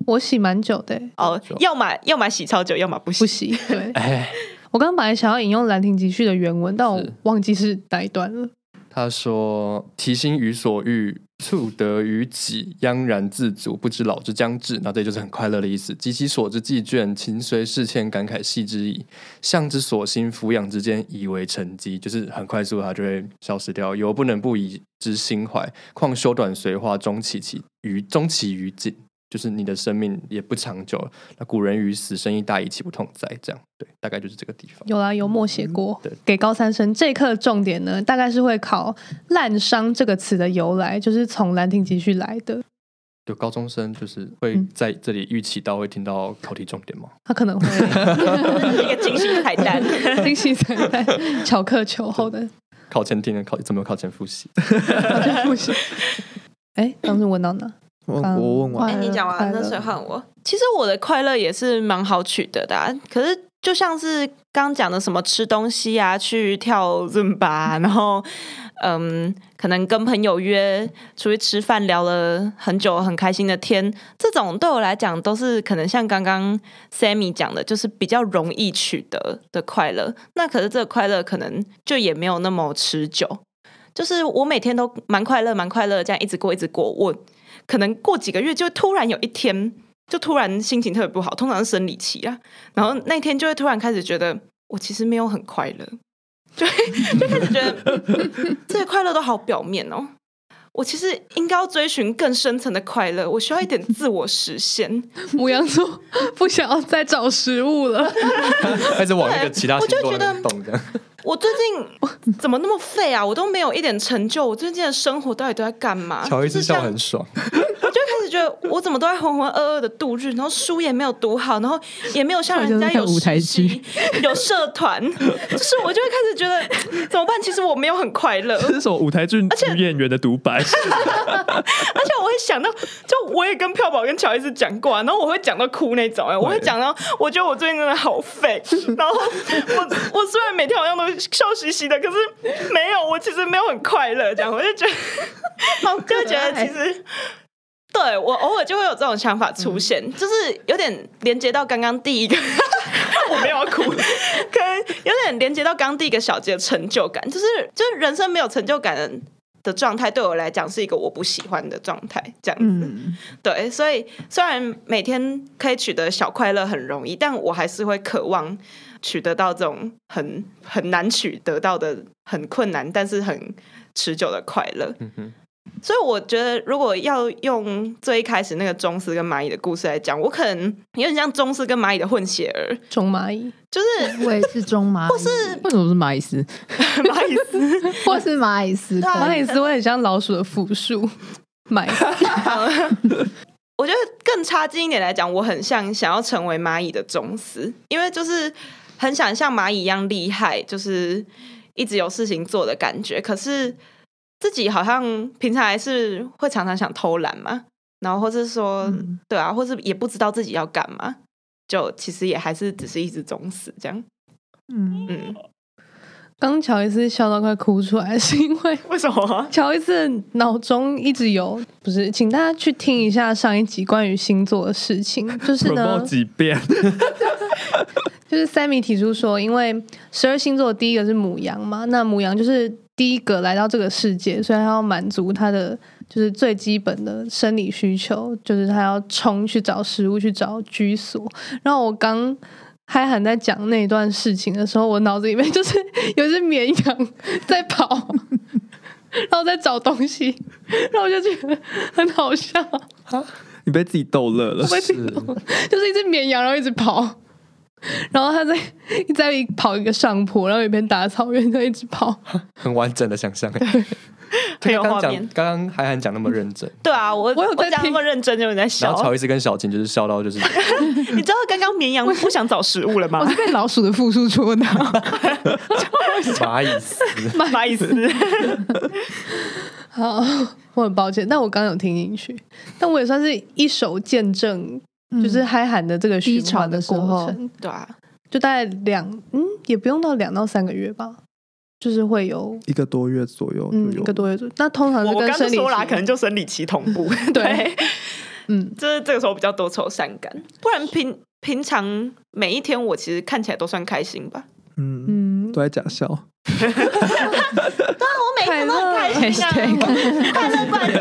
Speaker 2: 我洗蛮久的、
Speaker 1: 哦，要么要么洗超久，要么不
Speaker 2: 不
Speaker 1: 洗。
Speaker 2: 洗。对
Speaker 6: 哎，
Speaker 2: 我刚刚本来想要引用《兰亭集序》的原文，但我
Speaker 6: 是
Speaker 2: 忘记是哪一段了。
Speaker 6: 他说：“提心于所欲，触得于己，央然自足，不知老之将至。”那这就是很快乐的意思。及其所之既倦，勤随事欠，感慨系之矣。向之所欣，俯仰之间，以为沉积，就是很快速，它就会消失掉。犹不能不以之心怀，况修短随化，终其其于终其于尽。就是你的生命也不长久了。那古人于死生亦大矣，其不痛哉？这样对，大概就是这个地方。
Speaker 2: 有啦，有默写过。
Speaker 3: 嗯
Speaker 6: 对
Speaker 2: 给高三生这一课重点呢，大概是会考“滥觞”这个词的由来，就是从《兰亭集序》来的。
Speaker 6: 就高中生就是会
Speaker 2: 嗯
Speaker 6: 在这里预期到会听到考题重点吗？
Speaker 2: 他可能 会
Speaker 1: 一个惊喜彩蛋，
Speaker 2: 惊喜彩蛋，巧克球后的
Speaker 6: 考前听的考怎么有考前复习？
Speaker 2: 考卷复习。哎，当时问到哪？
Speaker 3: 我
Speaker 2: 嗯
Speaker 3: 我问完
Speaker 2: 快
Speaker 1: 哎、
Speaker 2: 乐
Speaker 1: 你讲
Speaker 2: 快
Speaker 1: 完，
Speaker 2: 乐
Speaker 1: 那谁换我？其实我的快乐也是蛮好取得的、啊，可是就像是刚讲的什么吃东西啊，去跳 Zumba，、啊、然后嗯，可能跟朋友约出去吃饭，聊了很久很开心的天，这种对我来讲都是可能像刚刚 Sammy 讲的，就是比较容易取得的快乐。那可是这个快乐可能就也没有那么持久。就是我每天都蛮快乐，蛮快乐，这样一直过，一直过，我可能过几个月就突然有一天，就突然心情特别不好，通常是生理期啊。然后那天就会突然开始觉得，我其实没有很快乐， 就会就开始觉得嗯这些快乐都好表面哦。我其实应该要追寻更深层的快乐，我需要一点自我实现。
Speaker 2: 母羊座不想要再找食物了，
Speaker 6: 开始往那个其他星座那边动，这样
Speaker 1: 我最近怎么那么废啊？我都没有一点成就，我最近的生活到底都在干嘛？
Speaker 6: 乔伊斯
Speaker 1: 就是这
Speaker 6: 笑
Speaker 1: 样
Speaker 6: 很爽，
Speaker 1: 我就开始觉得我怎么都在浑浑噩噩的度日，然后书也没有读好，然后也没有像人家有
Speaker 4: 舞台
Speaker 1: 实习
Speaker 4: 剧、
Speaker 1: 有社团，就是我就会开始觉得怎么办？其实我没有很快乐，
Speaker 3: 这是什么舞台剧女演员的独白？
Speaker 1: 而且我会想到，就我也跟票宝跟乔伊斯讲过、啊，然后我会讲到哭那种、哎，我会讲到，我觉得我最近真的好废，然后我我虽然每天好像都笑嘻嘻的，可是没有，我其实没有很快乐，这样我就觉得，就会觉得其实。对我偶尔就会有这种想法出现，就是有点连接到刚刚第一个， 我没有要哭， 可能有点连接到刚刚第一个小节的成就感，就是就是人生没有成就感的的状态，对我来讲是一个我不喜欢的状态，这样子。
Speaker 4: 嗯，
Speaker 1: 对，所以虽然每天可以取得小快乐很容易，但我还是会渴望取得到这种很很难取得到的、很困难但是很持久的快乐。
Speaker 6: 嗯哼，
Speaker 1: 所以我觉得，如果要用最一开始那个中斯跟蚂蚁的故事来讲，我可能有点像中斯跟蚂蚁的混血儿，
Speaker 2: 种蚂蚁，
Speaker 1: 就是
Speaker 5: 我也是中蚂蚁，或
Speaker 4: 为什么是马蚁斯？
Speaker 1: 蚂蚁丝
Speaker 5: 或是蚂蚁斯
Speaker 1: 对啊
Speaker 2: 蚂蚁思维很像老鼠的复数， 蚂蚁。
Speaker 1: 我觉得更差劲一点来讲，我很像想要成为蚂蚁的宗师，因为就是很想像蚂蚁一样厉害，就是一直有事情做的感觉。可是自己好像平常还是会常常想偷懒嘛，然后或是说、
Speaker 5: 嗯
Speaker 1: 对啊，或是也不知道自己要干嘛，就其实也还是只是一直宗师这样。
Speaker 5: 嗯，
Speaker 1: 嗯，
Speaker 2: 刚乔伊斯笑到快哭出来，是因为
Speaker 1: 为什么？
Speaker 2: 乔伊斯的脑中一直有，不是，请大家去听一下上一集关于星座的事情，就是
Speaker 3: 报
Speaker 2: 呢，
Speaker 3: 几遍？
Speaker 2: 就是 Sammy 提出说，因为十二星座第一个是母羊嘛，那母羊就是第一个来到这个世界，所以他要满足他的就是最基本的生理需求，就是他要冲去找食物，去找居所。然后我刚。嗨喊在讲那一段事情的时候，我脑子里面就是有一只绵羊在跑， 然后在找东西，然后我就觉得很好笑，
Speaker 3: 你被自己逗乐了
Speaker 2: 我。被听懂，就是一只绵羊，然后一直跑，然后它在在跑一个上坡，然后有一片大草原，它一直跑。
Speaker 6: 很完整的 想象。
Speaker 1: 很有
Speaker 6: 刚
Speaker 1: 画
Speaker 6: 刚
Speaker 1: 面
Speaker 6: 讲，刚刚韩寒讲那么认真，
Speaker 1: 对啊，我
Speaker 2: 我有在
Speaker 1: 讲那
Speaker 2: 听
Speaker 1: 么认真，就你在
Speaker 6: 然
Speaker 1: 笑
Speaker 6: 后。乔伊斯跟小琴就是笑 到就是
Speaker 1: 你知道刚刚绵羊不想找食物了吗
Speaker 4: 我？是被老鼠的复数戳到。
Speaker 6: 蚂蚁丝，
Speaker 1: 蚂蚁丝，
Speaker 2: 好，我很抱歉，但我刚刚有听进去，但我也算是一手见证，就是嗨喊的这个循
Speaker 5: 嗯低潮
Speaker 2: 环
Speaker 5: 的时
Speaker 2: 过
Speaker 5: 候
Speaker 2: 程，
Speaker 1: 对啊，
Speaker 2: 就大概两嗯，也不用到两到三个月吧，就是会有。
Speaker 3: 一个多月左右
Speaker 2: 嗯，
Speaker 3: 就
Speaker 2: 一
Speaker 3: 有
Speaker 2: 个多月左右。那通常是
Speaker 1: 我
Speaker 2: 跟
Speaker 1: 刚
Speaker 2: 生
Speaker 1: 刚
Speaker 2: 理
Speaker 1: 说啦，
Speaker 2: 期
Speaker 1: 可能就生理期同步。
Speaker 2: 对，嗯，
Speaker 1: 就是这个时候比较多愁善感，不然平平常每一天我其实看起来都算开心吧。
Speaker 3: 嗯，
Speaker 2: 嗯，
Speaker 3: 都在假笑。
Speaker 1: 我每天都很开心啊， 快乐冠军。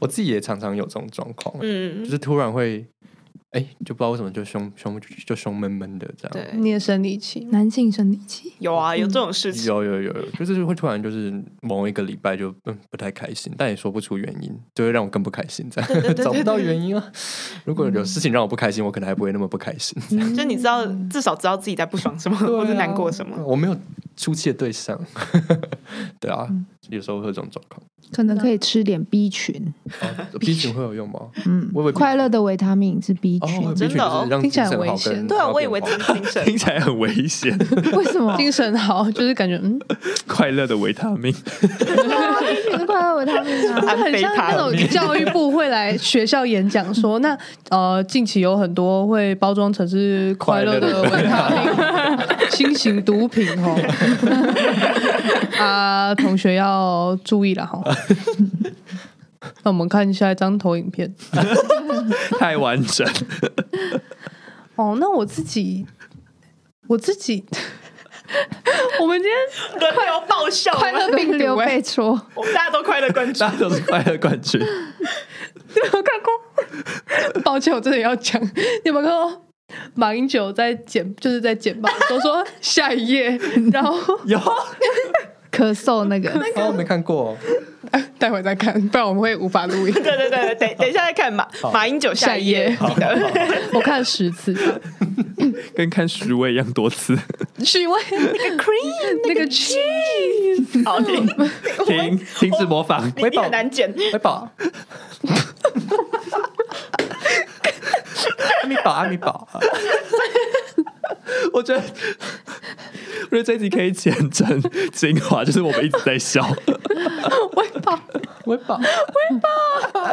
Speaker 6: 我自己也常常有这种状况，就
Speaker 1: 嗯，
Speaker 6: 是突然会，哎，就不知道为什么就胸胸就胸闷闷的这样。
Speaker 1: 对，
Speaker 2: 你的生理期，
Speaker 4: 男性生理期，
Speaker 1: 有啊，有这种事情。
Speaker 6: 有有有有，就是会突然就是某一个礼拜就嗯不太开心，但也说不出原因，就会让我更不开心，这
Speaker 1: 对对
Speaker 6: 样
Speaker 1: 对嗯
Speaker 6: 找不到原因啊。如果有事情让我不开心，我可能还不会那么不开心。
Speaker 1: 就你知道，至少知道自己在不爽什么，
Speaker 6: 对啊
Speaker 1: 或是难过什么。
Speaker 6: 我没有出气的对象，对啊，
Speaker 1: 嗯
Speaker 6: 有时候会有这 种状况。
Speaker 5: 可能可以吃点 B 群，
Speaker 6: B 群会有用吗？
Speaker 5: 嗯
Speaker 6: 我以为，
Speaker 5: 快乐的维他命是 B
Speaker 6: 哦
Speaker 5: 群，
Speaker 6: ，B 群
Speaker 1: 真的哦
Speaker 6: 就是让
Speaker 2: 听起来
Speaker 6: 精神
Speaker 2: 很
Speaker 6: 好
Speaker 2: 危险
Speaker 6: 跟
Speaker 1: 对啊，
Speaker 6: 然后
Speaker 1: 我以为
Speaker 6: 变
Speaker 1: 自
Speaker 6: 好
Speaker 1: 己精神
Speaker 3: 听起来很危 险，
Speaker 5: 为什么？
Speaker 2: 精神好，就是感觉嗯，
Speaker 3: 快乐的维他命，
Speaker 5: B 群的快乐维他命 啊，
Speaker 2: 就很像那种教育部会来学校演讲说，那呃，近期有很多会包装成是快乐的维他命、新型毒品 哦，啊，同学要注意了哈。那我们看下一张投影片。
Speaker 3: 太完 整。
Speaker 2: 哦，那我自己，我自己， 我们今天
Speaker 1: 轮流爆笑吗，
Speaker 5: 快乐病
Speaker 2: 毒
Speaker 5: 流
Speaker 2: 欸
Speaker 5: 被戳，
Speaker 1: 我们大家都快乐冠 军
Speaker 3: 大。家都是快乐冠 军，
Speaker 2: 有看过？ 抱歉，我真的要讲，你们看过马英九在剪，就是在剪报，都说下一页，然后
Speaker 3: 有啊
Speaker 5: 咳嗽那个，
Speaker 6: 哦，没看过哦，
Speaker 2: 待会再看，不然我们会无法录音。
Speaker 1: 对对对，等等一下再看马马英九下一页。
Speaker 6: 好好好
Speaker 2: 我看了十次，
Speaker 3: 跟看十位一样多次。
Speaker 2: 许巍
Speaker 1: 那个 cream
Speaker 2: 那 个 G，
Speaker 1: 好听，
Speaker 3: 停，停止模仿。
Speaker 1: 你你很难剪。
Speaker 6: 喂宝，阿米宝，阿米宝，
Speaker 3: 啊我觉得，我觉得这一集可以剪成精华，就是我们一直在笑。
Speaker 2: 微宝，
Speaker 6: 喂宝，
Speaker 2: 我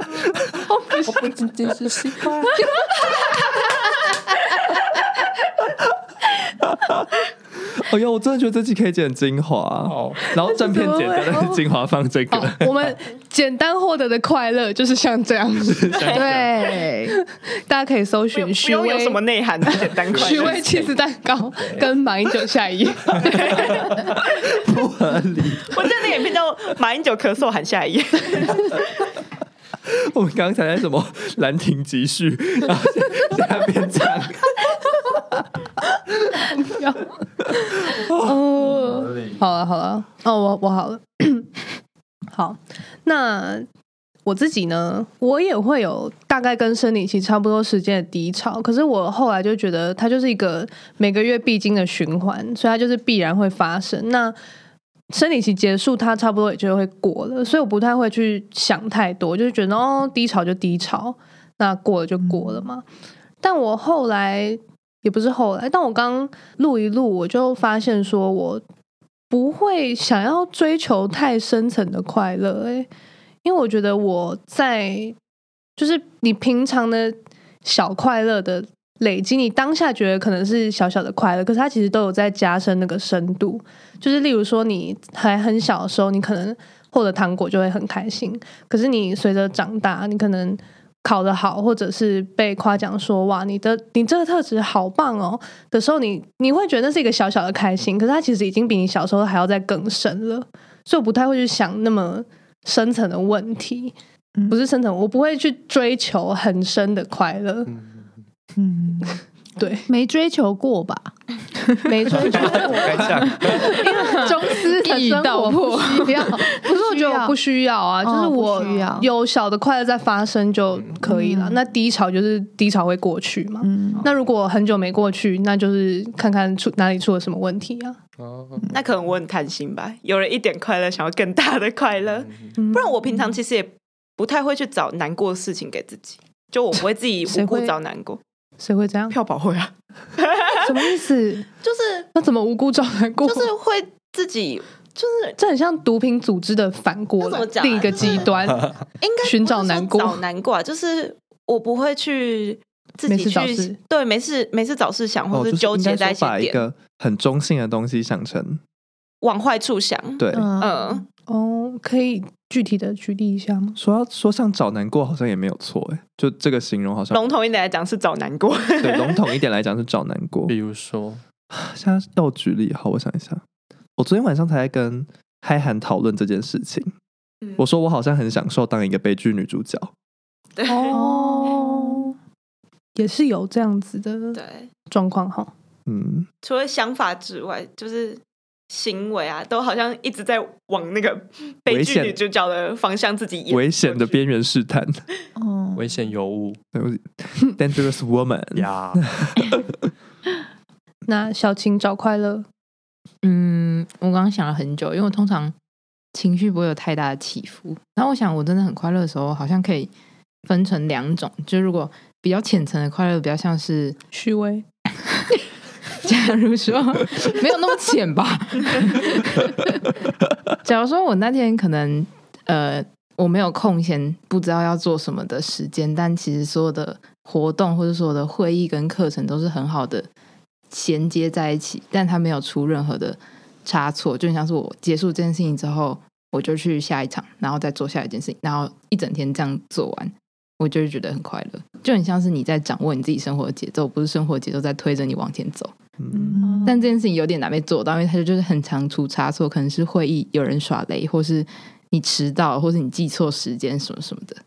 Speaker 2: 不
Speaker 6: 我不仅仅是西瓜。
Speaker 3: 哎呦，我真的觉得这集可以剪精华，
Speaker 6: 哦
Speaker 3: 然后正片剪掉，但是精华放这个。
Speaker 2: 好，我们简单获得的快乐就是像这样子，
Speaker 5: 对，
Speaker 2: 大家可以搜
Speaker 1: 不
Speaker 2: 寻许
Speaker 1: 用
Speaker 2: 巍
Speaker 1: 有什么内 涵，简单快
Speaker 2: 许
Speaker 1: 乐。
Speaker 2: 巍茄子蛋糕跟马英九下一页，
Speaker 1: 我在那个影片叫马英九咳嗽喊下一 页，
Speaker 3: 我们刚才在什么兰亭集序，然后现在现在变这样。
Speaker 2: 哦，
Speaker 1: 呃
Speaker 2: 好了好了，哦，我我好了， 好，那我自己呢，我也会有大概跟生理期差不多时间的低潮，可是我后来就觉得它就是一个每个月必经的循环，所以它就是必然会发生。那生理期结束，它差不多也就会过了，所以我不太会去想太多，就是觉得哦，低潮就低潮，那过了就过了嘛。但我后来也不是后来，但我刚录一录，我就发现说我不会想要追求太深层的快乐、欸，因为我觉得我在就是你平常的小快乐的累积，你当下觉得可能是小小的快乐，可是它其实都有在加深那个深度。就是例如说，你还很小的时候，你可能获得糖果就会很开心，可是你随着长大，你可能。考得好，或者是被夸奖说哇，你的你这个特质好棒哦的时候你，你会觉得那是一个小小的开心，可是它其实已经比你小时候还要再更深了，所以我不太会去想那么深层的问题，
Speaker 5: 嗯
Speaker 2: 不是深层，我不会去追求很深的快 乐，
Speaker 5: 嗯，
Speaker 2: 对，
Speaker 5: 没追求过吧？
Speaker 2: 没追求过，
Speaker 6: 该这样，
Speaker 5: 中资的生活不需要，
Speaker 2: 不是，我觉得我不
Speaker 5: 需
Speaker 2: 需要啊，就是
Speaker 5: 哦不
Speaker 2: 我
Speaker 5: 需要
Speaker 2: 有小的快乐在发生就可以了。
Speaker 5: 嗯
Speaker 2: 那低潮就是低潮会过去嘛。
Speaker 5: 要嗯，
Speaker 2: 那如果很久没过去，那就是看看出哪里出了什么问题啊。
Speaker 6: 哦
Speaker 1: 那可能我很贪心吧，有了一点快乐，想要更大的快乐。
Speaker 2: 嗯
Speaker 1: 不然我平常其实也不太会去找难过的事情给自己，就我不会自己
Speaker 2: 谁
Speaker 1: 无
Speaker 2: 会
Speaker 1: 故找难过。
Speaker 2: 谁会 这样？
Speaker 1: 票保会啊，
Speaker 5: 什么意思？
Speaker 1: 就是
Speaker 2: 那怎么无辜找难过？
Speaker 1: 就是会自己就是
Speaker 2: 这很像毒品组织的反过
Speaker 1: 那
Speaker 2: 来
Speaker 1: 怎么讲啊
Speaker 2: 另一个极端。
Speaker 1: 应该
Speaker 2: 寻找
Speaker 1: 不是说
Speaker 2: 难过
Speaker 1: 找难过啊，就是我不会去自己
Speaker 2: 没事找
Speaker 1: 去
Speaker 2: 事
Speaker 1: 对没事没事找事想，或
Speaker 3: 哦，就是是
Speaker 1: 纠
Speaker 3: 应
Speaker 1: 结
Speaker 3: 该说
Speaker 1: 在一
Speaker 3: 把
Speaker 1: 些
Speaker 3: 一
Speaker 1: 点，
Speaker 3: 个很中性的东西想成
Speaker 1: 往坏处想。
Speaker 3: 对。
Speaker 1: 嗯，
Speaker 2: 哦，可以具体的举例一下吗？
Speaker 3: 说要说像找难过，好像也没有错哎，就这个形容好像
Speaker 1: 笼统一点来讲是找难过，
Speaker 3: 对笼统一点来讲是找难过。
Speaker 6: 比如说，
Speaker 3: 现在要我举例，好，我想一下。我昨天晚上才在跟嗨涵讨论这件事情。
Speaker 1: 嗯
Speaker 3: 我说我好像很享受当一个悲剧女主角，
Speaker 1: 对
Speaker 2: 哦，也是有这样子的
Speaker 1: 对，
Speaker 2: 状况哈。
Speaker 3: 嗯，
Speaker 1: 除了想法之外，就是行为啊，都好像一直在往那个悲
Speaker 3: 危
Speaker 1: 剧
Speaker 3: 险
Speaker 1: 女主角的方向自己演
Speaker 3: 危险的
Speaker 1: 过去
Speaker 3: 边缘 试探
Speaker 5: 哦，
Speaker 6: 危险尤物
Speaker 3: 对我，dangerous woman。
Speaker 1: 嗯
Speaker 6: 呀，
Speaker 2: 那小晴找快乐，
Speaker 4: 嗯，我刚刚想了很久，因为我通常情绪不会有太大的起伏。然后我想，我真的很快乐的时候，好像可以分成两种，就如果比较浅层的快乐，比较像是，
Speaker 2: 虚伪，
Speaker 4: 假如说没有那么浅吧。 假如说我那天可能呃我没有空闲，不知道要做什么的时间，但其实所有的活动或者所有的会议跟课程都是很好的衔接在一起，但它没有出任何的差错，就很像是我结束这件事情之后，我就去下一场，然后再做下一件事情，然后一整天这样做完。我就会觉得很快乐，就很像是你在掌握你自己生活的节奏，不是生活节奏在推着你往前走。
Speaker 3: 嗯，
Speaker 4: 但这件事情有点难被做到，因为它就是很常出差错，可能是会议有人耍雷，或是你迟到，或是你记错时间什么什么的。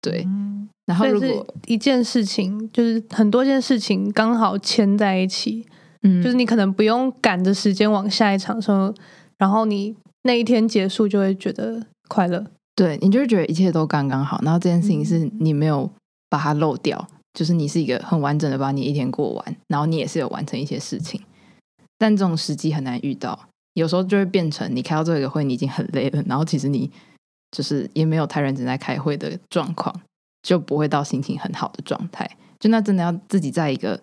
Speaker 4: 对，
Speaker 5: 嗯
Speaker 4: 然后
Speaker 2: 所以
Speaker 4: 如
Speaker 2: 是
Speaker 4: 果
Speaker 2: 一件事情，就是很多件事情刚好牵在一起，
Speaker 4: 嗯，
Speaker 2: 就是你可能不用赶着时间往下一场的时候，然后你那一天结束就会觉得快乐。
Speaker 4: 对你就会觉得一切都刚刚好，然后这件事情是你没有把它漏掉，就是你是一个很完整的把你一天过完，然后你也是有完成一些事情，但这种时机很难遇到，有时候就会变成你开到最后一个会，你已经很累了，然后其实你就是也没有太认真在开会的状况，就不会到心情很好的状态，就那真的要自己在一个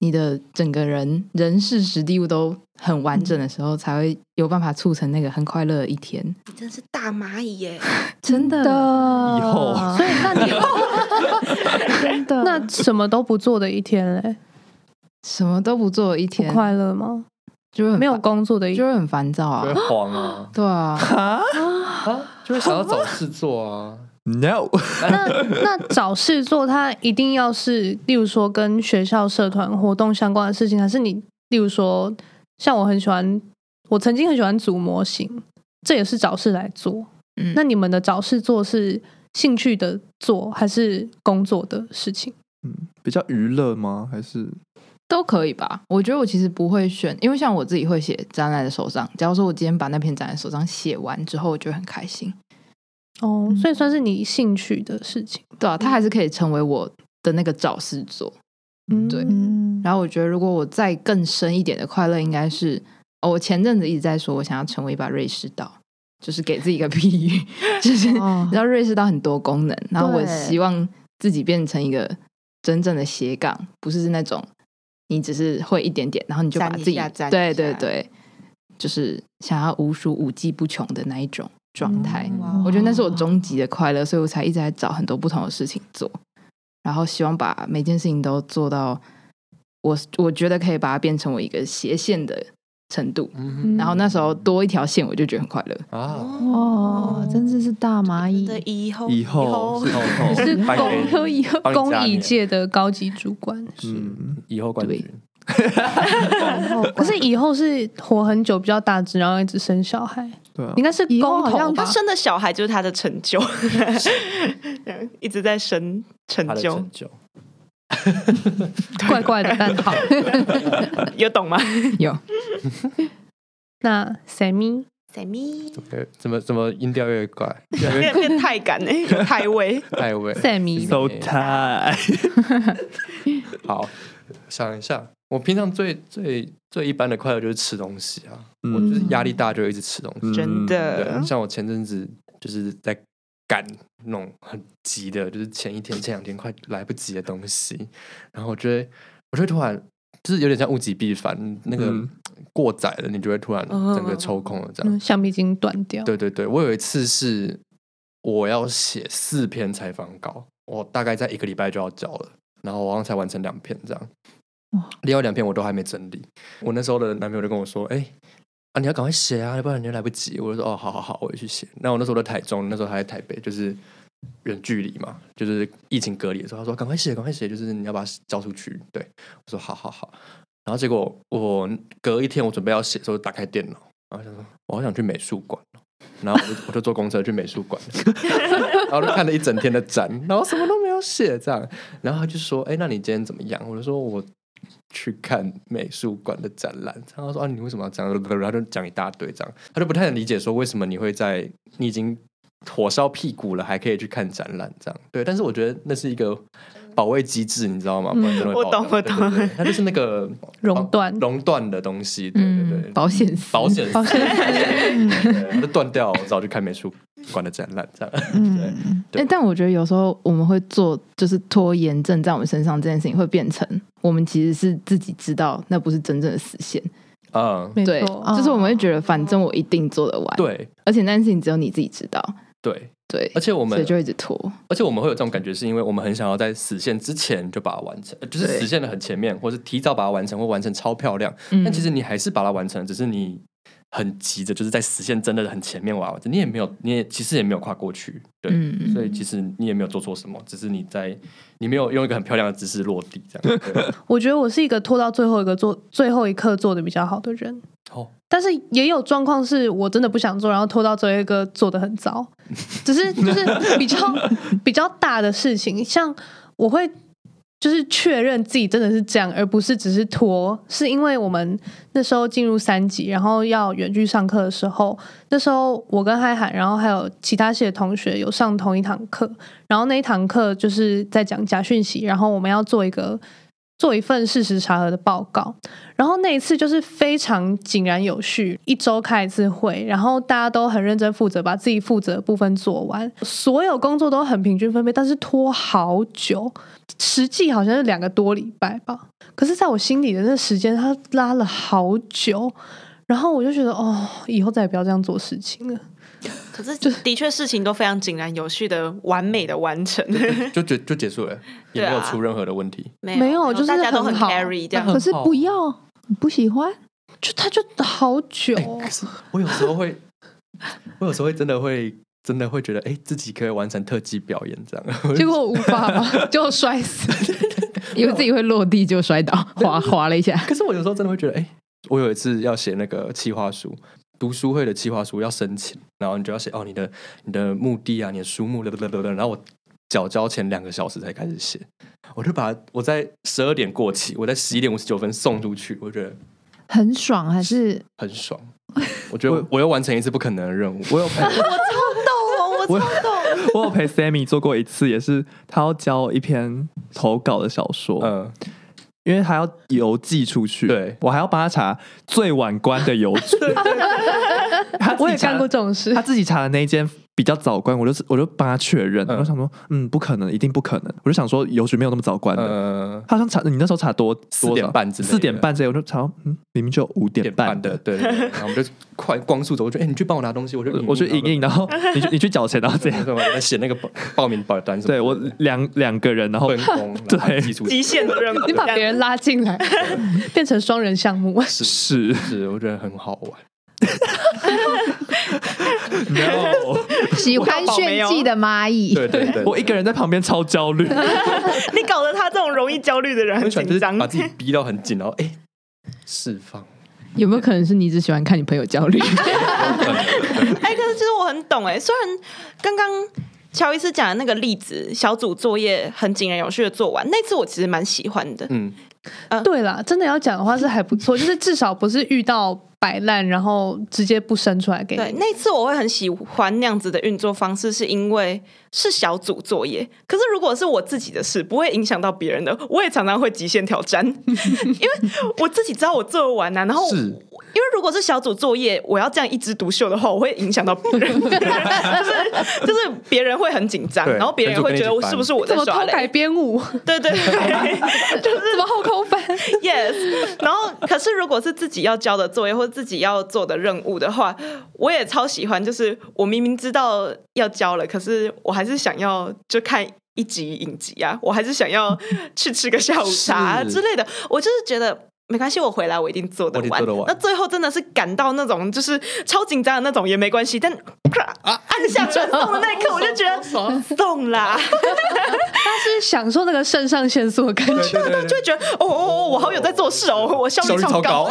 Speaker 4: 你的整个人人事实地物都很完整的时候，才会有办法促成那个很快乐的一天，
Speaker 1: 你真是大蚂蚁 耶！
Speaker 4: 真的。
Speaker 5: 的
Speaker 6: 以后
Speaker 2: 所以那你
Speaker 5: 真的
Speaker 2: 那什么都不做的一天嘞，
Speaker 4: 什么都不做的一
Speaker 2: 不
Speaker 4: 天，嗯
Speaker 2: 快乐吗？
Speaker 4: 就会很
Speaker 2: 没有
Speaker 4: 烦
Speaker 2: 工作的一
Speaker 4: 就
Speaker 2: 天，
Speaker 4: 会很烦躁
Speaker 6: 就
Speaker 4: 啊
Speaker 6: 会，慌啊
Speaker 4: 对啊，
Speaker 6: 啊，就会想要找事做啊。
Speaker 3: No，
Speaker 2: 那那找事做，它一定要是，例如说跟学校社团活动相关的事情，还是你，例如说，像我很喜欢，我曾经很喜欢组模型，这也是找事来做。
Speaker 4: 嗯
Speaker 2: 那你们的找事做是兴趣的做，还是工作的事情？
Speaker 3: 嗯，比较娱乐吗？还是
Speaker 4: 都可以吧。我觉得我其实不会选，因为像我自己会写展览的手账，假如说我今天把那篇展览手账写完之后，我就会很开心。
Speaker 2: 哦
Speaker 5: 嗯，
Speaker 2: 所以算是你兴趣的事情。
Speaker 4: 对啊，它还是可以成为我的那个找事做。
Speaker 2: 嗯，
Speaker 4: 对
Speaker 5: 嗯，
Speaker 4: 然后我觉得，如果我再更深一点的快乐，应该是、哦、我前阵子一直在说我想要成为一把瑞士刀，就是给自己一个比喻， 就是
Speaker 5: 哦
Speaker 4: 你知道瑞士刀很多功能，然后我
Speaker 5: 对
Speaker 4: 希望自己变成一个真正的斜杠，不是那种你只是会一点点，然后你就把
Speaker 7: 粘一
Speaker 4: 自己
Speaker 7: 下粘一
Speaker 4: 对
Speaker 7: 下
Speaker 4: 对对，就是想要无数无计不穷的那一种状态。
Speaker 5: 嗯
Speaker 7: 哇
Speaker 4: 我觉得那是我终极的快乐，所以我才一直在找很多不同的事情做，然后希望把每件事情都做到我我觉得可以把它变成我一个斜线的程度。
Speaker 6: 嗯
Speaker 4: 然后那时候多一条线，我就觉得很快乐。
Speaker 6: 啊，
Speaker 5: 哇，哦真的是大蚂蚁，
Speaker 1: 哦的以后
Speaker 3: 以后哦
Speaker 6: 以 后
Speaker 2: 你是
Speaker 6: 颁给
Speaker 2: 工
Speaker 6: 你
Speaker 2: 科以
Speaker 6: 帮你加
Speaker 2: 工艺
Speaker 6: 冕
Speaker 2: 界的高级主管，
Speaker 3: 嗯
Speaker 6: 是以后冠军
Speaker 4: 对
Speaker 2: 可是以后是活很久，比较大只，然后一直生小孩，
Speaker 3: 对啊
Speaker 2: 应？该是
Speaker 5: 以
Speaker 2: 公
Speaker 5: 后好像
Speaker 2: 头
Speaker 1: 他
Speaker 2: 吧？
Speaker 1: 生的小孩就是他的成就， 一直在生成
Speaker 6: 他的
Speaker 1: 就
Speaker 6: 成，就，
Speaker 2: 怪怪的，但好。
Speaker 1: 有懂吗？
Speaker 4: 有
Speaker 2: 那 Sammy，
Speaker 1: 塞咪
Speaker 6: 对怎么怎么音调越 怪，越来越
Speaker 1: 变变太感哎、有太味。
Speaker 6: 太味。
Speaker 2: Sammy
Speaker 3: So tight，
Speaker 6: 好，想一下，我平常最最最一般的快乐就是吃东西啊，
Speaker 3: 嗯
Speaker 6: 我就是压力大就一直吃东西。
Speaker 1: 真
Speaker 6: 对，
Speaker 1: 的
Speaker 6: 像我前阵子就是在赶那种很急的，就是前一天、前两天快来不及的东西，然后我觉得，我就会突然就是有点像物极必反，那个
Speaker 3: 嗯
Speaker 6: 过载了，你就会突然整个抽空了这样。
Speaker 2: 嗯橡皮筋断掉，
Speaker 6: 对对对，我有一次是我要写四篇采访稿，我大概在一个礼拜就要交了，然后我好像才完成两篇这样
Speaker 5: 哇，
Speaker 6: 另外两篇我都还没整理。我那时候的男朋友就跟我说：“哎、啊，你要赶快写啊，要不然你就来不及。”我就说：“哦，好好好，我也去写。”那我那时候在台中，那时候还在台北，就是远距离嘛，就是疫情隔离的时候，他说：“赶快写，赶快写，就是你要把它交出去。”对，我说：“好好好。”然后结果我隔一天，我准备要写的时候，打开电脑，然后想说：“我好想去美术馆。”哦然后我就我就坐公车去美术馆，然后就看了一整天的展，然后什么都没有写这样。然后他就说：“哎、那你今天怎么样？”我就说：“我去看美术馆的展览。”然后他说：“啊，你为什么要这样？”然后他就讲一大堆这样，他就不太能理解说为什么你会在你已经火烧屁股了还可以去看展览这样。对，但是我觉得那是一个保卫机制，你知道吗？不然真的会
Speaker 1: 嗯我
Speaker 6: 爆
Speaker 1: 懂
Speaker 6: 炸
Speaker 1: 我
Speaker 6: 对对
Speaker 1: 懂
Speaker 6: 对它就是那个
Speaker 2: 熔断
Speaker 6: 熔断的东西，对对对，
Speaker 4: 嗯，保险嗯丝
Speaker 6: 保险丝
Speaker 2: 保险
Speaker 6: 对它就断掉，我早就看美术馆的展览这样。
Speaker 5: 嗯，
Speaker 6: 对
Speaker 4: 欸但我觉得有时候我们会做就是拖延症在我们身上这件事情，会变成我们其实是自己知道那不是真正的实现，
Speaker 6: 嗯，
Speaker 2: 没
Speaker 4: 对，
Speaker 2: 错，
Speaker 5: 啊
Speaker 4: 就是我们会觉得反正我一定做得完，，
Speaker 6: 对
Speaker 4: 而且那件事情只有你自己知道，
Speaker 6: 对，
Speaker 4: 对，
Speaker 6: 哦而且我
Speaker 4: 所以
Speaker 6: 们
Speaker 4: 就一直拖，
Speaker 6: 而且我们会有这种感觉，是因为我们很想要在实现之前就把它完成，呃就是
Speaker 4: 对
Speaker 6: 实现的很前面，或是提早把它完成，或完成超漂亮。
Speaker 4: 嗯
Speaker 6: 但其实你还是把它完成，只是你很急着，就是在实现真的很前面完成，你也没有，你也其实也没有跨过去，对。
Speaker 4: 嗯，
Speaker 6: 所以其实你也没有做错什么，只是你在你没有用一个很漂亮的姿势落地这样。对
Speaker 2: 我觉得我是一个拖到最后一个做最后一刻做的比较好的人，
Speaker 6: 哦，
Speaker 2: 但是也有状况是我真的不想做，然后拖到最后一个做的很糟，只是就是比较比较大的事情，像我会就是确认自己真的是这样，而不是只是拖。是因为我们那时候进入三级，然后要远距上课的时候，那时候我跟嗨涵，然后还有其他系的同学有上同一堂课，然后那一堂课就是在讲假讯息，然后我们要做一个做一份事实查核的报告。然后那一次就是非常井然有序，一周开一次会，然后大家都很认真负责，把自己负责的部分做完，所有工作都很平均分配，但是拖好久，实际好像是两个多礼拜吧。可是在我心里的那时间，它拉了好久，然后我就觉得哦，以后再也不要这样做事情了。
Speaker 1: 可是的确事情都非常井然有序的、完美的完成，
Speaker 6: 就就就结束了，也
Speaker 1: 对啊
Speaker 6: 没有出任何的问题。
Speaker 1: 没
Speaker 2: 没有就是
Speaker 1: 大家都很
Speaker 2: 很好
Speaker 1: carry 这样。
Speaker 5: 可是不要，你不喜欢，
Speaker 2: 就它就好久，
Speaker 6: 哎
Speaker 2: 哦
Speaker 3: 哎
Speaker 6: 可是我有时候会，我有时候会真的会真的会觉得，哎、自己可以完成特技表演这样。
Speaker 2: 结果无法 嘛，结果摔死。
Speaker 4: 以为自己会落地就摔倒，滑滑了一下。
Speaker 6: 可是我有时候真的会觉得，哎、我有一次要写那个企划书，读书会的企划书要申请，然后你就要写哦，你的你的目的啊，你的书目，等等等等。然后我缴交前两个小时才开始写，我就把我在十二点过期，我在十一点五十九分送出去，我觉得
Speaker 5: 很爽还是
Speaker 6: 很爽。我觉得我又完成一次不可能的任务，
Speaker 3: 我有 陪，
Speaker 2: 哦
Speaker 1: 我懂，我超懂。
Speaker 3: 我有陪 Sammy 做过一次，也是他要教我一篇投稿的小说，
Speaker 6: 嗯，
Speaker 3: 因为他要邮寄出去，
Speaker 6: 对
Speaker 3: 我还要帮他查最晚关的邮局。他自己查
Speaker 2: 我也干过这种事
Speaker 3: 他，自己查的那一间比较早关，我就是我就帮他确认，
Speaker 6: 嗯
Speaker 3: 我想说，嗯，不可能，一定不可能，我就想说邮局没有那么早关的。
Speaker 6: 呃，
Speaker 3: 他好像查你那时候查多
Speaker 6: 4点半之类的
Speaker 3: 四点半之类，我就查到，嗯，明明就有五点
Speaker 6: 点
Speaker 3: 半
Speaker 6: 半的，。对对 对。然后我们就快光速走过去，哎、你去帮我拿东西，我就
Speaker 3: 我去 影印，然后你去你去缴钱，然后这
Speaker 6: 对，
Speaker 3: 样。
Speaker 6: 我在写那个报报名表单什么的，
Speaker 3: 对我两两个人，然后
Speaker 6: 分工，
Speaker 3: 对
Speaker 6: 然后基础
Speaker 1: 极限的任务，
Speaker 2: 你把别人拉进 来，变成双人项目。
Speaker 3: 是
Speaker 6: 是我觉得很好玩。
Speaker 3: no，
Speaker 5: 喜欢炫技的蚂蚁？
Speaker 6: 对对对，
Speaker 3: 我一个人在旁边超焦虑。
Speaker 1: 你搞得他这种容易焦虑的人很
Speaker 6: 很喜欢就
Speaker 1: 紧
Speaker 6: 是
Speaker 1: 张
Speaker 6: 把。自己逼到很紧，然后哎释放。
Speaker 4: 有没有可能是你只喜欢看你朋友焦虑？
Speaker 1: 哎、可是其实我很懂哎、虽然刚刚乔伊斯讲的那个例子，小组作业很井然有序的做完，那次我其实蛮喜欢的。
Speaker 6: 嗯，
Speaker 2: 对啦，真的要讲的话是还不 错，就是至少不是遇到摆烂，然后直接不生出来给
Speaker 1: 对，
Speaker 2: 你。
Speaker 1: 那次我会很喜欢那样子的运作方式，是因为是小组作业。可是如果是我自己的事，不会影响到别人的，我也常常会极限挑战，因为我自己知道我做完呐、啊，然后
Speaker 6: 是
Speaker 1: 因为如果是小组作业，我要这样一枝独秀的话，我会影响到别人，就是就是别人会很紧张，
Speaker 6: 对
Speaker 1: 然后别人也会觉得我是不是我在
Speaker 2: 怎么
Speaker 1: 耍
Speaker 2: 偷改
Speaker 1: 赖？
Speaker 2: 编 舞？
Speaker 1: 对对对
Speaker 2: 怎么后空翻？
Speaker 1: ，yes。然后，可是如果是自己要交的作业或自己要做的任务的话，我也超喜欢，就是我明明知道要交了，可是我还是想要就看。一集影集啊，我还是想要去吃个下午茶
Speaker 6: 是
Speaker 1: 之类的。我就是觉得没关系，我回来我一定做得
Speaker 6: 我一定
Speaker 1: 完。
Speaker 6: 做得完
Speaker 1: 那最后真的是赶到那种就是超紧张的那种也没关系，但咔
Speaker 6: 啊
Speaker 1: 按下传送的那一刻，我就觉 得送啦，
Speaker 2: 他是享受那个肾上腺素的感觉。
Speaker 1: 就会觉得哦哦哦，我好有在做事哦，我效率
Speaker 6: 效率
Speaker 1: 超
Speaker 6: 超
Speaker 1: 高，
Speaker 6: 高。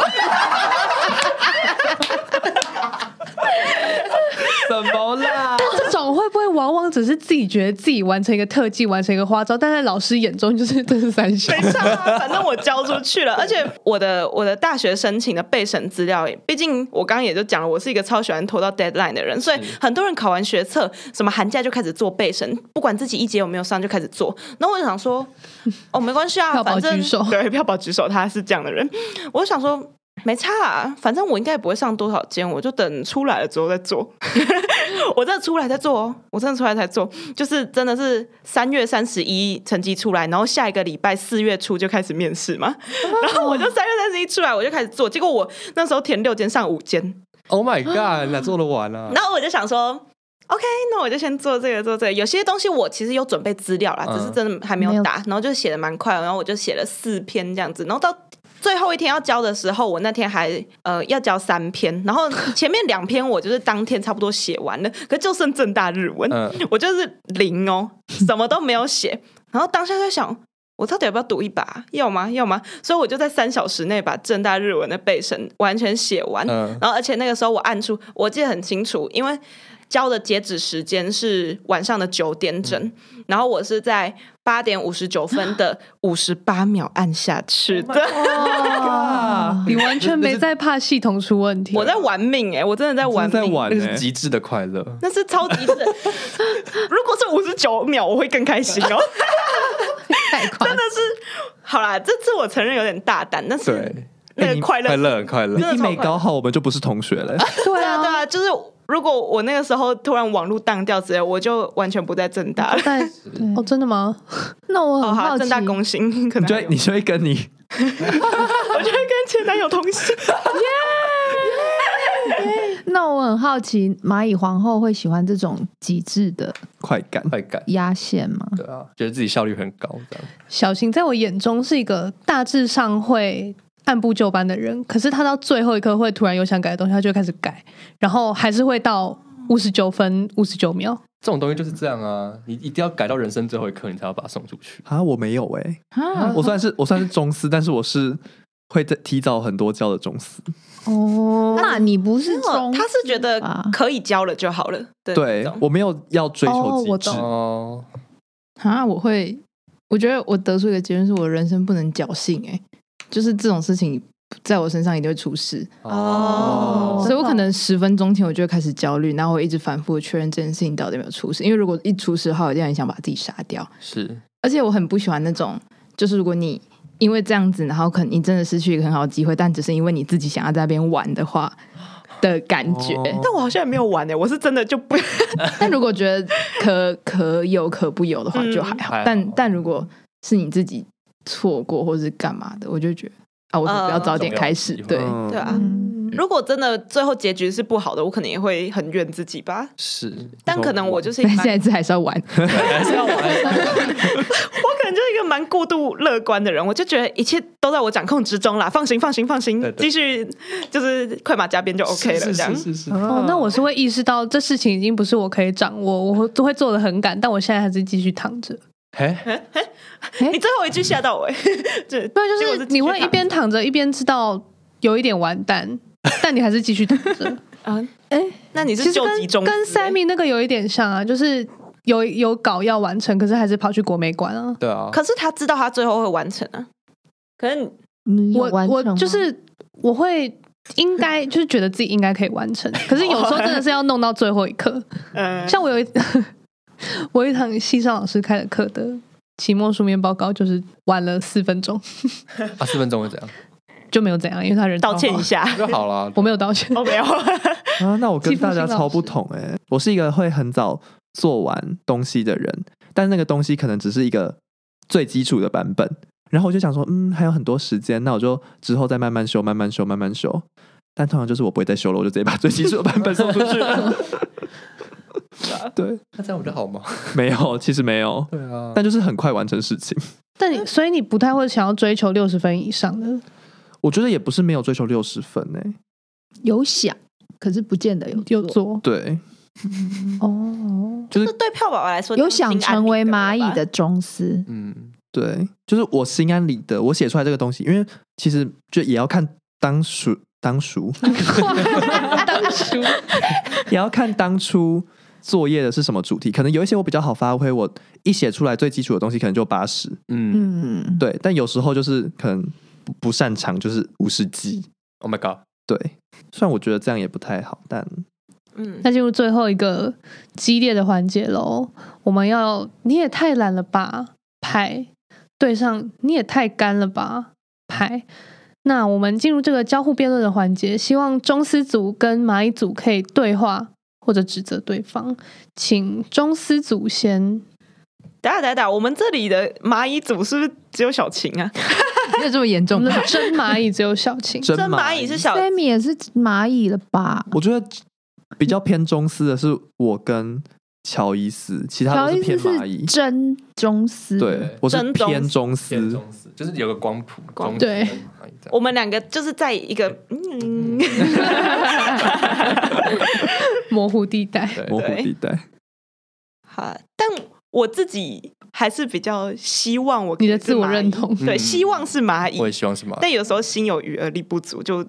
Speaker 3: 怎么啦？
Speaker 2: 这种会不会往往只是自己觉得自己完成一个特技，完成一个花招，但在老师眼中就是这是三小
Speaker 1: 没。差啊，反正我交出去了。而且我的我的大学申请的备审资料，毕竟我刚刚也就讲了，我是一个超喜欢拖到 deadline 的人，所以很多人考完学测，什么寒假就开始做备审，不管自己一节有没有上就开始做。然后我就想说，哦，没关系啊，
Speaker 2: 票宝
Speaker 1: 反正
Speaker 2: 举手
Speaker 1: 对，票宝举手，他是这样的人。我就想说。没差啊，反正我应该也不会上多少间，我就等出来了之后再做。 我真的出来再做哦，我真的出来才做，就是真的是三月三十一成绩出来，然后下一个礼拜四月初就开始面试嘛。 然后我就三月三十一出来，我就开始做，结果我那时候填六间上五间，
Speaker 6: ，Oh my god，哪做得完 啊？
Speaker 1: 然后我就想说。OK，那我就先做这个做这个。有些东西我其实有准备资料啦，
Speaker 6: 嗯
Speaker 1: 只是真的还没有打，然后就写的蛮快的，然后我就写了四篇这样子，然后到。最后一天要交的时候，我那天还呃要交三篇，然后前面两篇我就是当天差不多写完了，可就剩正大日文，
Speaker 6: 嗯，
Speaker 1: 我就是零哦，什么都没有写。然后当下就想，我到底要不要赌一把？要吗？要吗？所以我就在三小时内把正大日文的背审完全写完。
Speaker 6: 嗯
Speaker 1: 然后而且那个时候我按出，我记得很清楚，因为。交的截止时间是晚上的九点整，然后我是在八点五十九分的五十八秒按下去的。
Speaker 3: 啊
Speaker 2: 你完全没在怕系统出问题。
Speaker 1: 我在玩命哎、我真的在玩
Speaker 3: 真的在
Speaker 1: 命，
Speaker 3: 玩
Speaker 6: 那
Speaker 3: 呢
Speaker 6: 是，极致的快乐。
Speaker 1: 那是 超级的。如果是五十九秒，我会更开心 哦。
Speaker 5: 太快了，
Speaker 1: 好啦，这次我承认有点大胆，但是
Speaker 6: 对，
Speaker 1: 那
Speaker 3: 哎
Speaker 1: 个
Speaker 3: 你
Speaker 1: 快乐
Speaker 6: 快乐很快乐
Speaker 1: 真。的
Speaker 3: 你
Speaker 1: 超
Speaker 3: 没
Speaker 1: 快乐
Speaker 3: 搞好，我们就不是同学了。
Speaker 1: 对啊，对啊，就是如果我那个时候突然网络当掉之类，我就完全不在正大了。
Speaker 2: 但
Speaker 5: 对
Speaker 2: 哦，真的吗？
Speaker 5: 那我
Speaker 1: 哦，
Speaker 5: 很
Speaker 1: 好，
Speaker 5: 好
Speaker 1: 正大
Speaker 5: 奇，
Speaker 1: 公心，可
Speaker 3: 你
Speaker 1: 能
Speaker 3: 就
Speaker 1: 还
Speaker 3: 会
Speaker 1: 有
Speaker 3: 你就会跟你
Speaker 1: 我就会跟前男友同 行。
Speaker 5: 那我很好奇，蚂蚁皇后会喜欢这种极致的
Speaker 3: 快感，
Speaker 6: 快感，
Speaker 5: 压线吗？
Speaker 6: 对啊，觉得自己效率很高，这样
Speaker 2: 小晴在我眼中是一个大致上会按部就班的人，可是他到最后一刻会突然有想改的东西，他就会开始改，然后还是会到五十九分五十九秒。
Speaker 6: 这种东西就是这样啊，你一定要改到人生最后一刻，你才要把它送出去。
Speaker 3: 啊，我没有哎，
Speaker 4: 啊
Speaker 3: 我算是我算是中司，但是我是会在提早很多交的中司。
Speaker 5: 哦，那你不是中，
Speaker 1: 他是觉得
Speaker 5: 吧
Speaker 1: 可以交了就好了。对
Speaker 3: 对
Speaker 1: 那种
Speaker 3: 我没有要追
Speaker 2: 哦
Speaker 3: 求
Speaker 2: 我
Speaker 3: 极致，
Speaker 2: 懂
Speaker 6: 哦，
Speaker 4: 啊，我会，我觉得我得出一个结论是我人生不能侥幸、欸，就是这种事情在我身上一定会出事，
Speaker 1: 哦
Speaker 4: 所以我可能十分钟前我就会开始焦虑，然后我一直反复确认这件事情到底有没有出事，因为如果一出事的话，我一定很想把自己杀掉，
Speaker 6: 是
Speaker 4: 而且我很不喜欢那种，就是如果你。因为这样子，然后可能你真的失去一个很好的机会，但只是因为你自己想要在那边玩的话的感觉。
Speaker 6: 哦
Speaker 1: 但我好像也没有玩诶、欸我是真的就不
Speaker 4: 但如果觉得可可有可不有的话，
Speaker 1: 嗯
Speaker 4: 就还好。
Speaker 6: 还好
Speaker 4: 但但如果是你自己错过或是干嘛的，我就觉得啊，我怎么不要早点开始？
Speaker 6: 呃
Speaker 4: 对，
Speaker 3: 嗯
Speaker 1: 对啊。
Speaker 5: 嗯
Speaker 1: 如果真的最后结局是不好的，我可能也会很怨自己吧。
Speaker 6: 是，
Speaker 1: 但可能我就是一个
Speaker 4: 但 下
Speaker 1: 蛮
Speaker 4: 一次还是 要玩。
Speaker 6: 哎
Speaker 1: 我可能就是一个蛮过度乐观的人，我就觉得一切都在我掌控之中啦，放心放心放心
Speaker 6: 对，
Speaker 1: 继
Speaker 6: 对
Speaker 1: 续就是快马加鞭就 OK 了，
Speaker 6: 是
Speaker 1: 这样
Speaker 6: 是是是，
Speaker 2: 哦
Speaker 3: 啊，
Speaker 2: 那我是会意识到这事情已经不是我可以掌握，我会都会做的很赶，但我现在还是继续躺着。
Speaker 6: 哎，
Speaker 1: 你最后一句吓到我、欸， 这
Speaker 2: 不然就
Speaker 1: 结果
Speaker 2: 是
Speaker 1: 继续
Speaker 2: 你会一边躺着一边知道有一点完 蛋，但你还是继续躺着。
Speaker 1: 躺啊，
Speaker 2: 哎、
Speaker 1: 那 你
Speaker 2: 其
Speaker 1: 是
Speaker 2: 实
Speaker 1: 救
Speaker 2: 跟
Speaker 1: 急中
Speaker 2: 跟
Speaker 1: 司欸
Speaker 2: Sammy 那个有一点像啊，就是有有稿要完成，可是还是跑去国美馆啊。
Speaker 6: 对啊，
Speaker 1: 可是他知道他最后会完成啊，可是
Speaker 5: 你有
Speaker 2: 我
Speaker 5: 完
Speaker 2: 我
Speaker 5: 成吗
Speaker 2: 就是我会应该就是觉得自己应该可以完成，可是有时候真的是要弄到最后一刻。
Speaker 1: 嗯，
Speaker 2: 像我有一我有一堂西上老师开的课的期末书面报告，就是晚了四分钟
Speaker 6: 啊，四分钟会怎样？
Speaker 2: 就没有怎样，因为他人超
Speaker 1: 道歉
Speaker 2: 好
Speaker 1: 一，下，
Speaker 6: 就好了，
Speaker 2: 我没有道歉。
Speaker 1: 我哦没有，
Speaker 3: 啊，那我跟
Speaker 2: 欺负
Speaker 3: 大
Speaker 2: 性
Speaker 3: 家
Speaker 2: 老
Speaker 3: 超不
Speaker 2: 师
Speaker 3: 同哎、我是一个会很早做完东西的人，但那个东西可能只是一个最基础的版本。然后我就想说，嗯，还有很多时间，那我就之后再慢慢修，慢慢修，慢慢修。但通常就是我不会再修了，我就直接把最基础的版本送出 去了。对，
Speaker 6: 那这样不就好吗？
Speaker 3: 没有，其实没有，
Speaker 6: 对啊，
Speaker 3: 但就是很快完成事情。
Speaker 2: 但你所以你不太会想要追求六十分以上的，
Speaker 3: 我觉得也不是没有追求六十分哎、
Speaker 5: 有想，可是不见得有
Speaker 2: 有
Speaker 5: 做
Speaker 2: 做
Speaker 3: 对，
Speaker 5: 哦，
Speaker 1: 这对票宝宝来说
Speaker 5: 有想成为蚂蚁的
Speaker 1: 的
Speaker 5: 中司，
Speaker 6: 嗯，
Speaker 3: 对，就是我心安理得，我写出来这个东西，因为其实就也要看当属 当属，
Speaker 2: 当初
Speaker 3: 也要看当初作业的是什么主题。可能有一些我比较好发挥，我一写出来最基础的东西可能就八十，
Speaker 6: 嗯
Speaker 5: 嗯，
Speaker 3: 对。但有时候就是可能不不擅长，就是五十几，
Speaker 6: ，Oh my God，
Speaker 3: 对。虽然我觉得这样也不太好，但
Speaker 1: 嗯，
Speaker 2: 那进入最后一个激烈的环节喽。我们要你也太懒了吧，牌对上你也太干了吧，牌。那我们进入这个交互辩论的环节，希望中司组跟蚂蚁组可以对话或者指责对方。请中司组先，
Speaker 1: 打打打打，我们这里的蚂蚁组是不是只有小晴啊？
Speaker 4: 没有这么严
Speaker 2: 我
Speaker 4: 重
Speaker 2: 们
Speaker 4: 吧
Speaker 1: 嗯
Speaker 2: 的？真蚂蚁只有小晴，
Speaker 3: 真
Speaker 1: 真
Speaker 3: 蚂
Speaker 1: 蚂蚁是小
Speaker 5: Sammy 也是蚂蚁了吧？
Speaker 3: 我觉得比较偏中司的是我跟乔伊斯，其他
Speaker 5: 乔
Speaker 3: 都
Speaker 5: 伊
Speaker 3: 是
Speaker 5: 斯
Speaker 3: 偏蚂
Speaker 5: 是
Speaker 3: 蚁。
Speaker 5: 真中司，
Speaker 3: 对，我是
Speaker 1: 真中
Speaker 3: 偏
Speaker 1: 司
Speaker 3: 中司，
Speaker 6: 片中死，就是有个光谱，
Speaker 1: 光
Speaker 6: 中
Speaker 2: 对
Speaker 6: 间的蚂蚁这样
Speaker 1: 我们两个就是在一个嗯，
Speaker 2: 模糊地带。
Speaker 6: 对
Speaker 3: 模糊
Speaker 1: 对
Speaker 3: 地带。
Speaker 1: 好，但我自己还是比较希望我可以
Speaker 2: 你的
Speaker 1: 是
Speaker 2: 自我
Speaker 1: 蚂蚁
Speaker 2: 认同
Speaker 1: 对，
Speaker 6: 嗯
Speaker 1: 希望是蚂
Speaker 6: 我也
Speaker 1: 蚁，
Speaker 6: 希望是蚂蚁，
Speaker 1: 但有时候心有余而力不足，就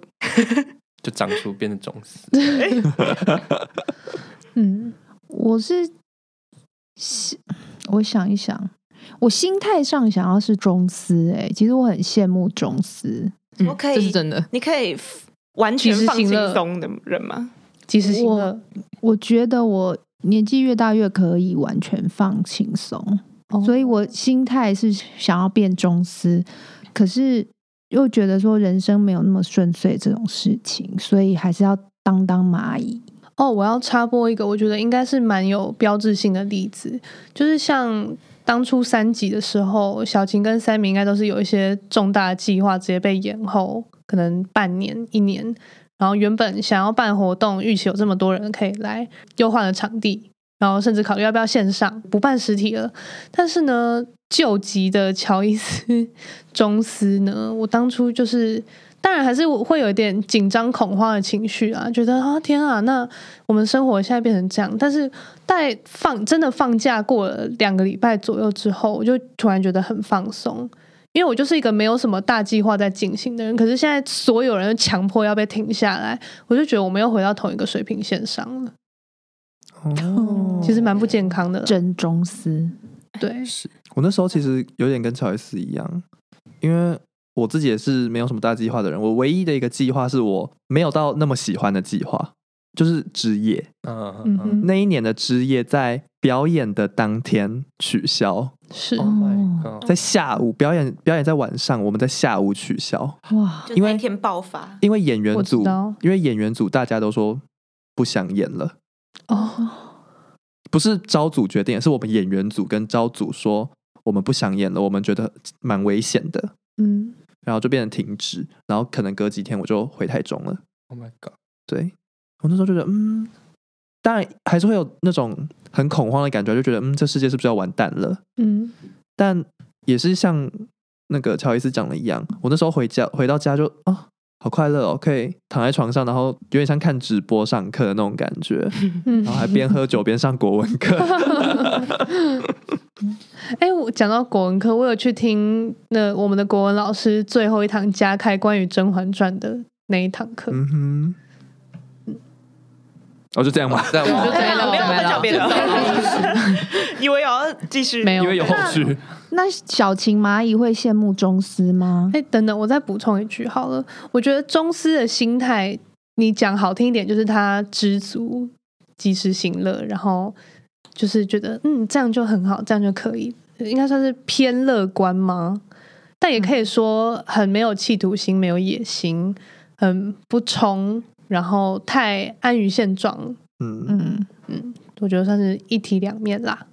Speaker 6: 就长出变成种子。
Speaker 2: 嗯，
Speaker 5: 我是是我想一想，我心态上想要是中司、欸，哎，其实我很羡慕中司，
Speaker 4: 嗯
Speaker 1: 我可以
Speaker 4: 这是真的。
Speaker 1: 你可以完全
Speaker 2: 及时
Speaker 1: 放
Speaker 2: 行
Speaker 1: 轻
Speaker 2: 乐
Speaker 1: 松的人吗？
Speaker 2: 及时行乐
Speaker 5: 我觉得我年纪越大越可以完全放轻松，
Speaker 2: 哦
Speaker 5: 所以我心态是想要变中司，可是又觉得说人生没有那么顺遂这种事情，所以还是要当当蚂蚁。
Speaker 2: 哦，我要插播一个，我觉得应该是蛮有标志性的例子，就是像当初三级的时候，小晴跟三明应该都是有一些重大的计划直接被延后，可能半年、一年，然后原本想要办活动，预期有这么多人可以来，又换了场地，然后甚至考虑要不要线上，不办实体了。但是呢，救急的乔伊斯中斯呢，我当初就是。当然还是我会有一点紧张恐慌的情绪啊，觉得啊天啊，那我们生活现在变成这样，但是在放真的放假过了两个礼拜左右之后，我就突然觉得很放松，因为我就是一个没有什么大计划在进行的人，可是现在所有人都强迫要被停下来，我就觉得我们又回到同一个水平线上了，
Speaker 3: 哦，
Speaker 2: 其实蛮不健康的啦。
Speaker 5: 真中司，
Speaker 2: 对，
Speaker 3: 是我那时候其实有点跟乔伊斯一样，因为我自己也是没有什么大计划的人。我唯一的一个计划是我没有到那么喜欢的计划，就是之夜。
Speaker 6: 嗯
Speaker 2: 嗯
Speaker 6: 嗯
Speaker 2: 哼
Speaker 6: 嗯，
Speaker 3: 那一年的之夜在表演的当天取消，
Speaker 2: 是
Speaker 6: Oh my god
Speaker 3: 在下午表演表演在晚上，我们在下午取消，
Speaker 5: 哇，
Speaker 1: 就
Speaker 3: 因
Speaker 1: 那一
Speaker 3: 为
Speaker 1: 天爆发，
Speaker 3: 因为演员
Speaker 2: 我知
Speaker 3: 组
Speaker 2: 道，
Speaker 3: 因为演员组大家都说不想演了。
Speaker 2: 哦，
Speaker 3: 不是招组决定，是我们演员组跟招组说我们不想演了，我们觉得蛮危险的，
Speaker 2: 嗯，
Speaker 3: 然后就变成停止，然后可能隔几天我就回台中了。
Speaker 6: ，Oh my god，
Speaker 3: 对我那时候就觉得，嗯，当然还是会有那种很恐慌的感觉，就觉得嗯，这世界是不是要完蛋了？
Speaker 2: 嗯，
Speaker 3: 但也是像那个乔伊斯讲的一样，我那时候回家回到家就啊。好快乐哦！可以躺在床上，然后有点像看直播上课的那种感觉，
Speaker 2: 嗯
Speaker 3: 然后还边喝酒边上国文课。
Speaker 2: 哎、我讲到国文课，我有去听那我们的国文老师最后一堂加开关于《甄嬛传》的那一堂课。
Speaker 3: 嗯哼，哦，就这样吧，
Speaker 6: 这样
Speaker 4: 就
Speaker 6: 吧
Speaker 4: 这 样
Speaker 1: 没有
Speaker 4: 拜
Speaker 1: 分
Speaker 4: 了
Speaker 1: 享别的， 以为有要继续
Speaker 2: 没有
Speaker 3: 因为有后续。
Speaker 5: 那小晴蚂蚁会羡慕中司吗？
Speaker 2: 哎、等等，我再补充一句好了。我觉得宗师的心态，你讲好听一点，就是他知足、及时行乐，然后就是觉得嗯，这样就很好，这样就可以，应该算是偏乐观吗？但也可以说很没有企图心，没有野心，很不冲，然后太安于现状，
Speaker 3: 嗯，
Speaker 5: 嗯，
Speaker 2: 嗯，我觉得算是一体两面啦。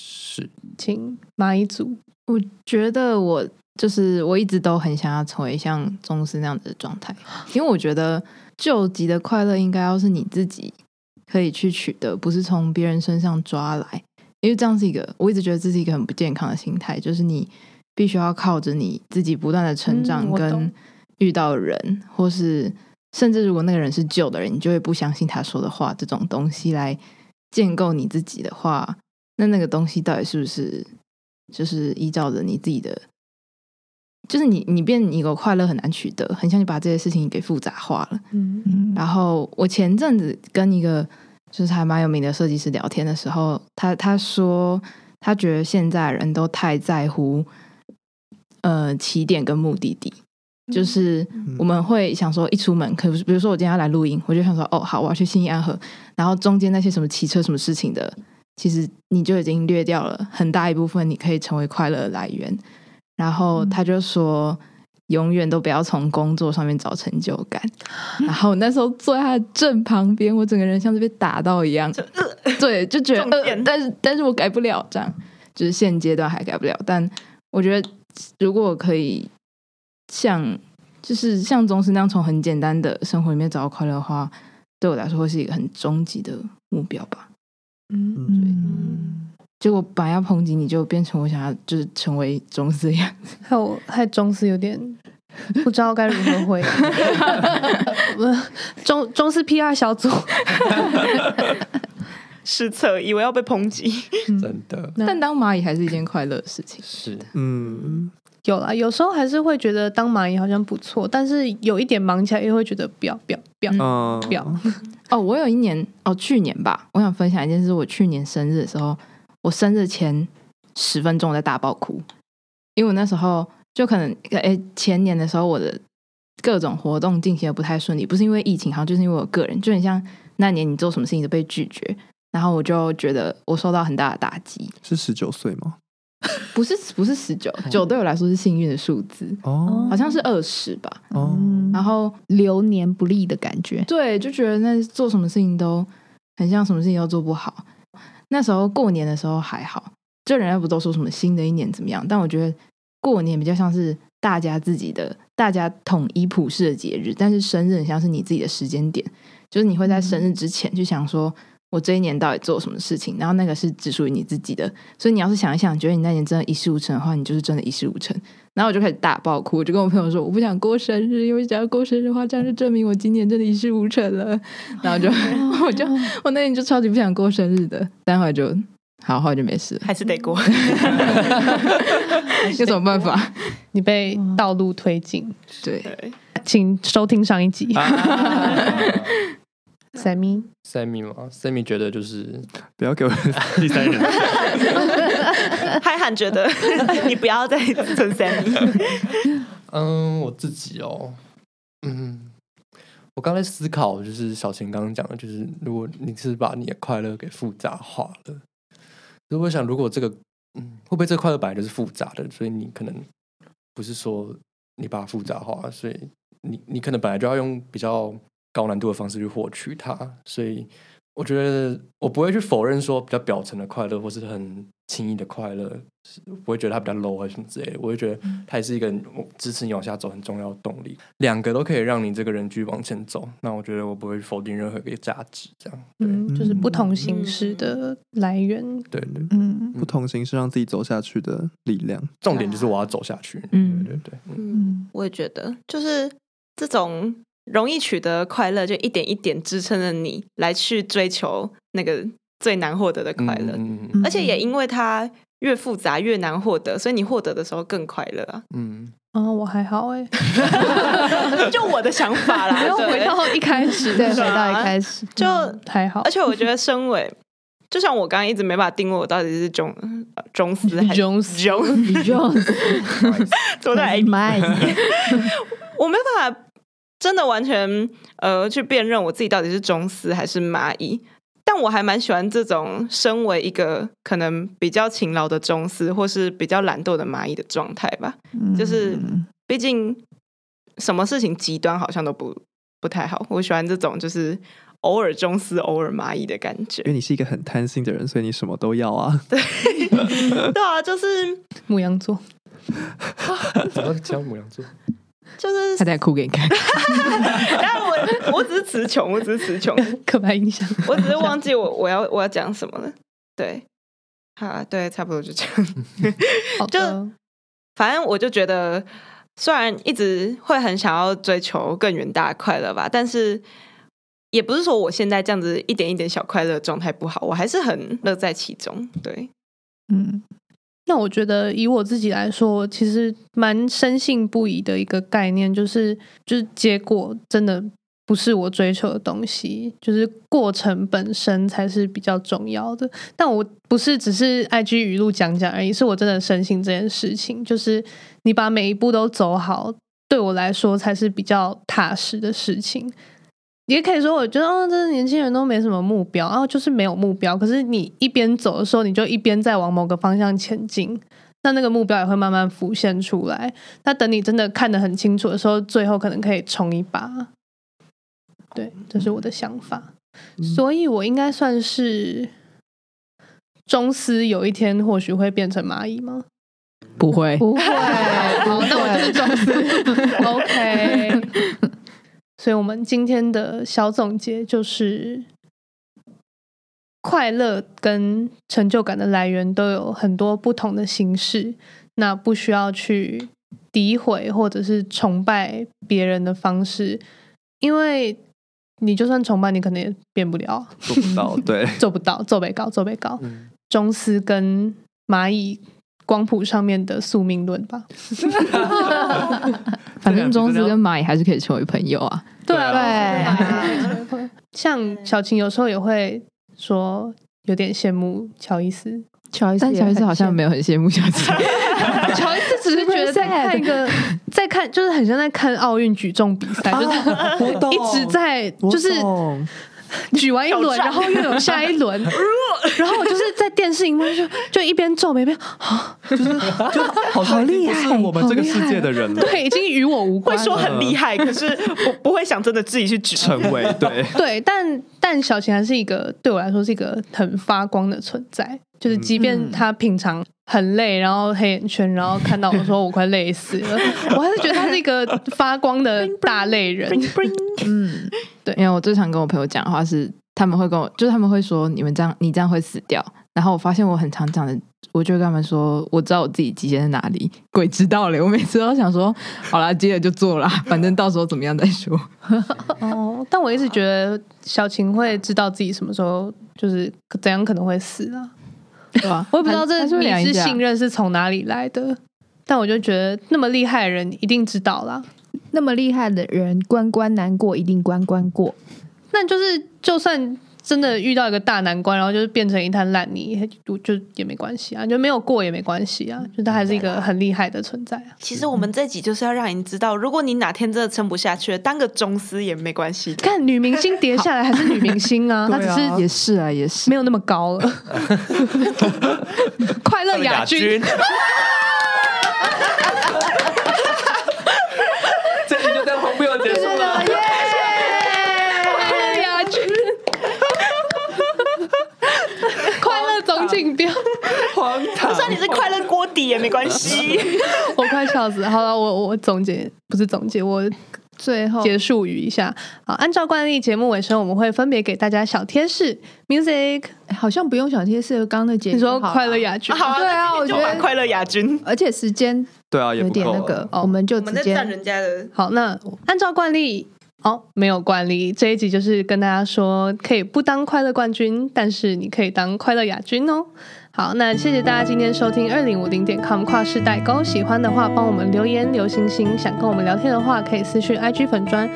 Speaker 6: 是
Speaker 2: 请蚂蚁组，
Speaker 4: 我觉得我就是我一直都很想要成为像宗师那样子的状态，因为我觉得救急的快乐应该要是你自己可以去取得，不是从别人身上抓来。因为这样是一个，我一直觉得这是一个很不健康的心态，就是你必须要靠着你自己不断的成
Speaker 2: 嗯
Speaker 4: 长，
Speaker 2: 我懂
Speaker 4: 跟遇到人，或是甚至如果那个人是旧的人，你就会不相信他说的话这种东西来建构你自己的话，那那个东西到底是不是就是依照着你自己的，就是你你变你有快乐很难取得，很像你把这些事情给复杂化了。
Speaker 2: 嗯
Speaker 5: 嗯
Speaker 4: 然后我前阵子跟一个就是还蛮有名的设计师聊天的时候，他他说他觉得现在人都太在乎呃起点跟目的地，就是我们会想说一出门，可是比如说我今天要来录音，我就想说哦好，我要去新义安河，然后中间那些什么骑车什么事情的，其实你就已经略掉了很大一部分你可以成为快乐的来源。然后他就说。永远都不要从工作上面找成就感。然后我那时候坐在他的正旁边，我整个人像是被打到一样，对，就觉得
Speaker 1: 中
Speaker 4: 呃
Speaker 1: 箭，
Speaker 4: 但是但是我改不了，这样就是现阶段还改不了。但我觉得如果我可以像就是像宗师那样从很简单的生活里面找到快乐的话，对我来说会是一个很终极的目标吧。
Speaker 2: 嗯，
Speaker 5: 嗯，
Speaker 4: 结果本来要抨击你，就变成我想要就是成为宗师一样。
Speaker 2: 害我害中斯 有点不知道该如何回应。中中斯 PR 小组，
Speaker 1: 失策，以为要被抨击。
Speaker 6: 真的
Speaker 2: 那
Speaker 4: 但当蚂蚁还是一件快乐的事情。
Speaker 6: 是
Speaker 3: 嗯，
Speaker 2: 有啦，有时候还是会觉得当蚂蚁好像不错，但是有一点忙起来又会觉得不要不要不要
Speaker 3: 嗯，
Speaker 2: 不要，
Speaker 4: 哦，我有一年哦，去年吧，我想分享一件事。我去年生日的时候，我生日前十分钟我在大爆哭，因为我那时候就可能诶、前年的时候我的各种活动进行的不太顺利，不是因为疫情，好像就是因为我个人，就很像那年你做什么事情都被拒绝，然后我就觉得我受到很大的打击，
Speaker 3: 是十九岁吗？
Speaker 4: 不是不是十九九对我来说是幸运的数字，
Speaker 3: 哦
Speaker 4: 好像是二十吧，
Speaker 3: 哦，
Speaker 5: 嗯，
Speaker 4: 然后
Speaker 5: 流年不利的感觉，
Speaker 4: 对，就觉得那做什么事情都很像什么事情都做不好。那时候过年的时候还好，就人家不都说什么新的一年怎么样？但我觉得过年比较像是大家自己的，大家统一普世的节日，但是生日很像是你自己的时间点，就是你会在生日之前就想说。我这一年到底做什么事情？然后那个是只属于你自己的，所以你要是想一想，觉得你那年真的一事无成的话，你就是真的一事无成。然后我就开始大爆哭，我就跟我朋友说我不想过生日，因为只要过生日的话，这样就证明我今年真的一事无成了。然后就 我就我那天就超级不想过生日的，但后来就好，后来就没事了，
Speaker 1: 还是得过。
Speaker 4: 有什么办法？
Speaker 2: 你被道路推进，
Speaker 4: 对，
Speaker 1: 对，
Speaker 2: 请收听上一
Speaker 1: 啊
Speaker 2: 集。
Speaker 6: 啊
Speaker 2: 塞咪，
Speaker 6: Sammy 吗？Sammy 觉得就是
Speaker 3: 不要给 我
Speaker 6: 第三人，
Speaker 1: 嗨喊觉 得你不要再存三米，
Speaker 6: 嗯，我自己哦，嗯，我刚才思考，就是小晴刚刚讲的，就是如果你是把你的快乐给复杂化了，如果我想，如果这个，嗯，会不会这个快乐本来就是复杂的，所以你可能不是说你把它复杂化，所以你你可能本来就要用比较高难度的方式去获取它，所以我觉得我不会去否认说比较表层的快乐或是很轻易的快乐，是不会觉得它比较 low 或什么之类的，我会觉得它也是一个支持你往下走很重要的动力。两个都可以让你这个人继续往前走，那我觉得我不会否定任何一个价值，这样对、
Speaker 2: 嗯，就是不同形式的来源。
Speaker 6: 对对，
Speaker 5: 嗯
Speaker 3: 不同形式让自己走下去的力量。
Speaker 6: 重点就是我要走下去，
Speaker 4: 嗯
Speaker 6: 对对对，嗯
Speaker 5: 嗯，
Speaker 1: 我也觉得，就是这种容易取得快乐，就一点一点支撑着你来去追求那个最难获得的快乐，
Speaker 6: 嗯
Speaker 5: 嗯
Speaker 1: 而且也因为它越复杂越难获得，所以你获得的时候更快乐啊。
Speaker 6: 嗯
Speaker 2: 啊、我还好哎、
Speaker 1: 就我的想法 啦，
Speaker 2: 又
Speaker 1: 啊对
Speaker 2: 回到一开始，
Speaker 5: 对，回
Speaker 1: 是
Speaker 5: 到一
Speaker 1: 啊
Speaker 5: 开始，
Speaker 1: 就
Speaker 2: 还好
Speaker 1: 而。且我觉得身 为，就像我刚刚一直没法定位我到底是中呃中斯还是
Speaker 2: 中斯
Speaker 1: 中，多大 A
Speaker 5: 蛮
Speaker 1: 我没办法真的完全呃去辨认我自己到底是中斯还是蚂蚁。但我还蛮喜欢这种身为一个可能比较勤劳的中斯，或是比较懒惰的蚂蚁的状态吧。就是
Speaker 5: 嗯
Speaker 1: 毕竟什么事情极端好像都不不太好。我喜欢这种就是偶尔中斯，偶尔蚂蚁的感觉
Speaker 3: 因。 为你是一个很贪心的人，所以你什么都要啊。
Speaker 1: 对啊，就是
Speaker 2: 牧羊座，
Speaker 6: 怎么教母羊座？
Speaker 1: 就是
Speaker 4: 他在哭给你看，
Speaker 1: 但我我只是词穷，我只是词穷，
Speaker 2: 刻板印象。
Speaker 1: 我只是忘记我我要我要讲什么了。对，好，对，差不多就这样。
Speaker 2: 好的，
Speaker 1: 反正我就觉得，虽然一直会很想要追求更远大的快乐吧，但是也不是说我现在这样子一点一点小快乐状态不好，我还是很乐在其中。对，
Speaker 5: 嗯
Speaker 2: 那我觉得以我自己来说，我其实蛮深信不疑的一个概念，就是就是结果真的不是我追求的东西，就是过程本身才是比较重要的。但我不是只是 IG 语录讲讲而已，是我真的深信这件事情，就是你把每一步都走好，对我来说才是比较踏实的事情。也可以说，我觉得哦，这些年轻人都没什么目标，然、后就是没有目标。可是你一边走的时候，你就一边在往某个方向前进，那那个目标也会慢慢浮现出来。那等你真的看得很清楚的时候，最后可能可以冲一把。对，这是我的想法。所以我应该算是中斯，有一天或许会变成蚂蚁吗？
Speaker 4: 不会， 啊
Speaker 5: 不会，
Speaker 2: 好，哦那我就是中斯。OK。所以我们今天的小总结就是，快乐跟成就感的来源都有很多不同的形式，那不需要去诋毁或者是崇拜别人的方式，因为你就算崇拜，你可能也变不了，
Speaker 3: 做 不到，对，
Speaker 2: 做不到，做被告，做被告。
Speaker 6: 嗯
Speaker 2: 中斯跟蚂蚁光谱上面的宿命论吧。
Speaker 4: 反正中子跟蚂蚁还是可以成为朋友啊。
Speaker 2: 对
Speaker 6: 啊
Speaker 2: 啊，对，像小晴有时候也会说有点羡慕乔伊斯，
Speaker 5: 乔伊斯
Speaker 4: 但
Speaker 5: 也
Speaker 4: 乔
Speaker 5: 很
Speaker 4: 伊
Speaker 5: 羡慕，
Speaker 4: 斯好像没有很羡慕小七，
Speaker 2: 乔伊斯只是觉得在看一个， 在看就是很像在看奥运举重比赛，就是
Speaker 3: 我懂
Speaker 2: 一直在就是举完一轮，然后又有下一 轮，然后我就是在电视荧幕就就一边皱眉边，
Speaker 3: 就好像已经不是我们这个世界的人了，
Speaker 2: 对，已经与我无关
Speaker 1: 会
Speaker 2: 了。
Speaker 1: 说很厉害，可是不不会想真的自己去举。
Speaker 3: 成为 对，
Speaker 2: 对，但但小晴还是一个对我来说是一个很发光的存在，就是即便她平常很累，然后黑眼圈，然后看到我说我快累死了， 我还是觉得她是一个发光的大累人。
Speaker 4: 嗯，对，因为我最常跟我朋友讲的话是，他们会跟我，就是他们会说你们这样，你这样会死掉。然后我发现我很常讲的，我就会跟他们说，我知道我自己极限在哪里，鬼知道嘞。我每次都想说，好啦，接着就做啦，反正到时候怎么样再说。
Speaker 2: 哦，但我一直觉得小晴会知道自己什么时候就是怎样可能会死啊，
Speaker 4: 对吧？
Speaker 2: 我也不知道这
Speaker 4: 还是会量
Speaker 2: 迷
Speaker 4: 一
Speaker 2: 失
Speaker 4: 下
Speaker 2: 信任是从哪里来的，但我就觉得那么厉害的人一定知道啦。
Speaker 5: 那么厉害的人，关关难过一定关关过。
Speaker 2: 那就是就算真的遇到一个大难关，然后就是变成一滩烂泥，就就也没关系啊，就没有过也没关系啊，就他还是一个很厉害的存在啊。
Speaker 1: 其实我们这集就是要让你知道，如果你哪天真的撑不下去了，当个中司也没关系的。
Speaker 2: 看女明星跌下来还是女明星 啊，她只是
Speaker 4: 也是啊，也是
Speaker 2: 没。有那么高 了。快乐亚军，
Speaker 6: 这集就这样荒谬地结束了。
Speaker 2: 快乐亚军，快乐总锦 标。
Speaker 6: 荒唐
Speaker 1: 就算你是快乐锅底也没关系。
Speaker 2: 我快笑死了！好了，我我总结不是总结，我
Speaker 5: 最后
Speaker 2: 结束语一下啊。按照惯例，节目尾声我们会分别给大家小贴士，music。
Speaker 5: 哎好像不用小贴士，刚刚的结
Speaker 2: 你
Speaker 5: 束
Speaker 2: 说
Speaker 5: 好了
Speaker 2: 快乐雅居，
Speaker 1: 好啊，
Speaker 5: 对啊
Speaker 1: 那今天就
Speaker 5: 我觉得
Speaker 1: 玩快乐亚军。
Speaker 5: 而且时间
Speaker 3: 对啊，也
Speaker 5: 有
Speaker 3: 不
Speaker 5: 点
Speaker 3: 够
Speaker 5: 那
Speaker 3: 了
Speaker 5: 个，
Speaker 2: 哦
Speaker 5: 我们就
Speaker 1: 我们
Speaker 5: 直
Speaker 1: 在占
Speaker 5: 接
Speaker 1: 人家的，
Speaker 2: 好，那按照惯例。哦，没有惯例，这一集就是跟大家说，可以不当快乐冠军，但是你可以当快乐亚军哦。好，那谢谢大家今天收听二零五零点 com 跨世代沟，喜欢的话帮我们留言留星星，想跟我们聊天的话可以私讯 IG 粉砖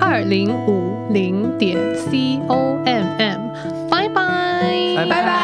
Speaker 2: 二零五零点 com，拜拜，
Speaker 3: 拜拜。
Speaker 2: 嗯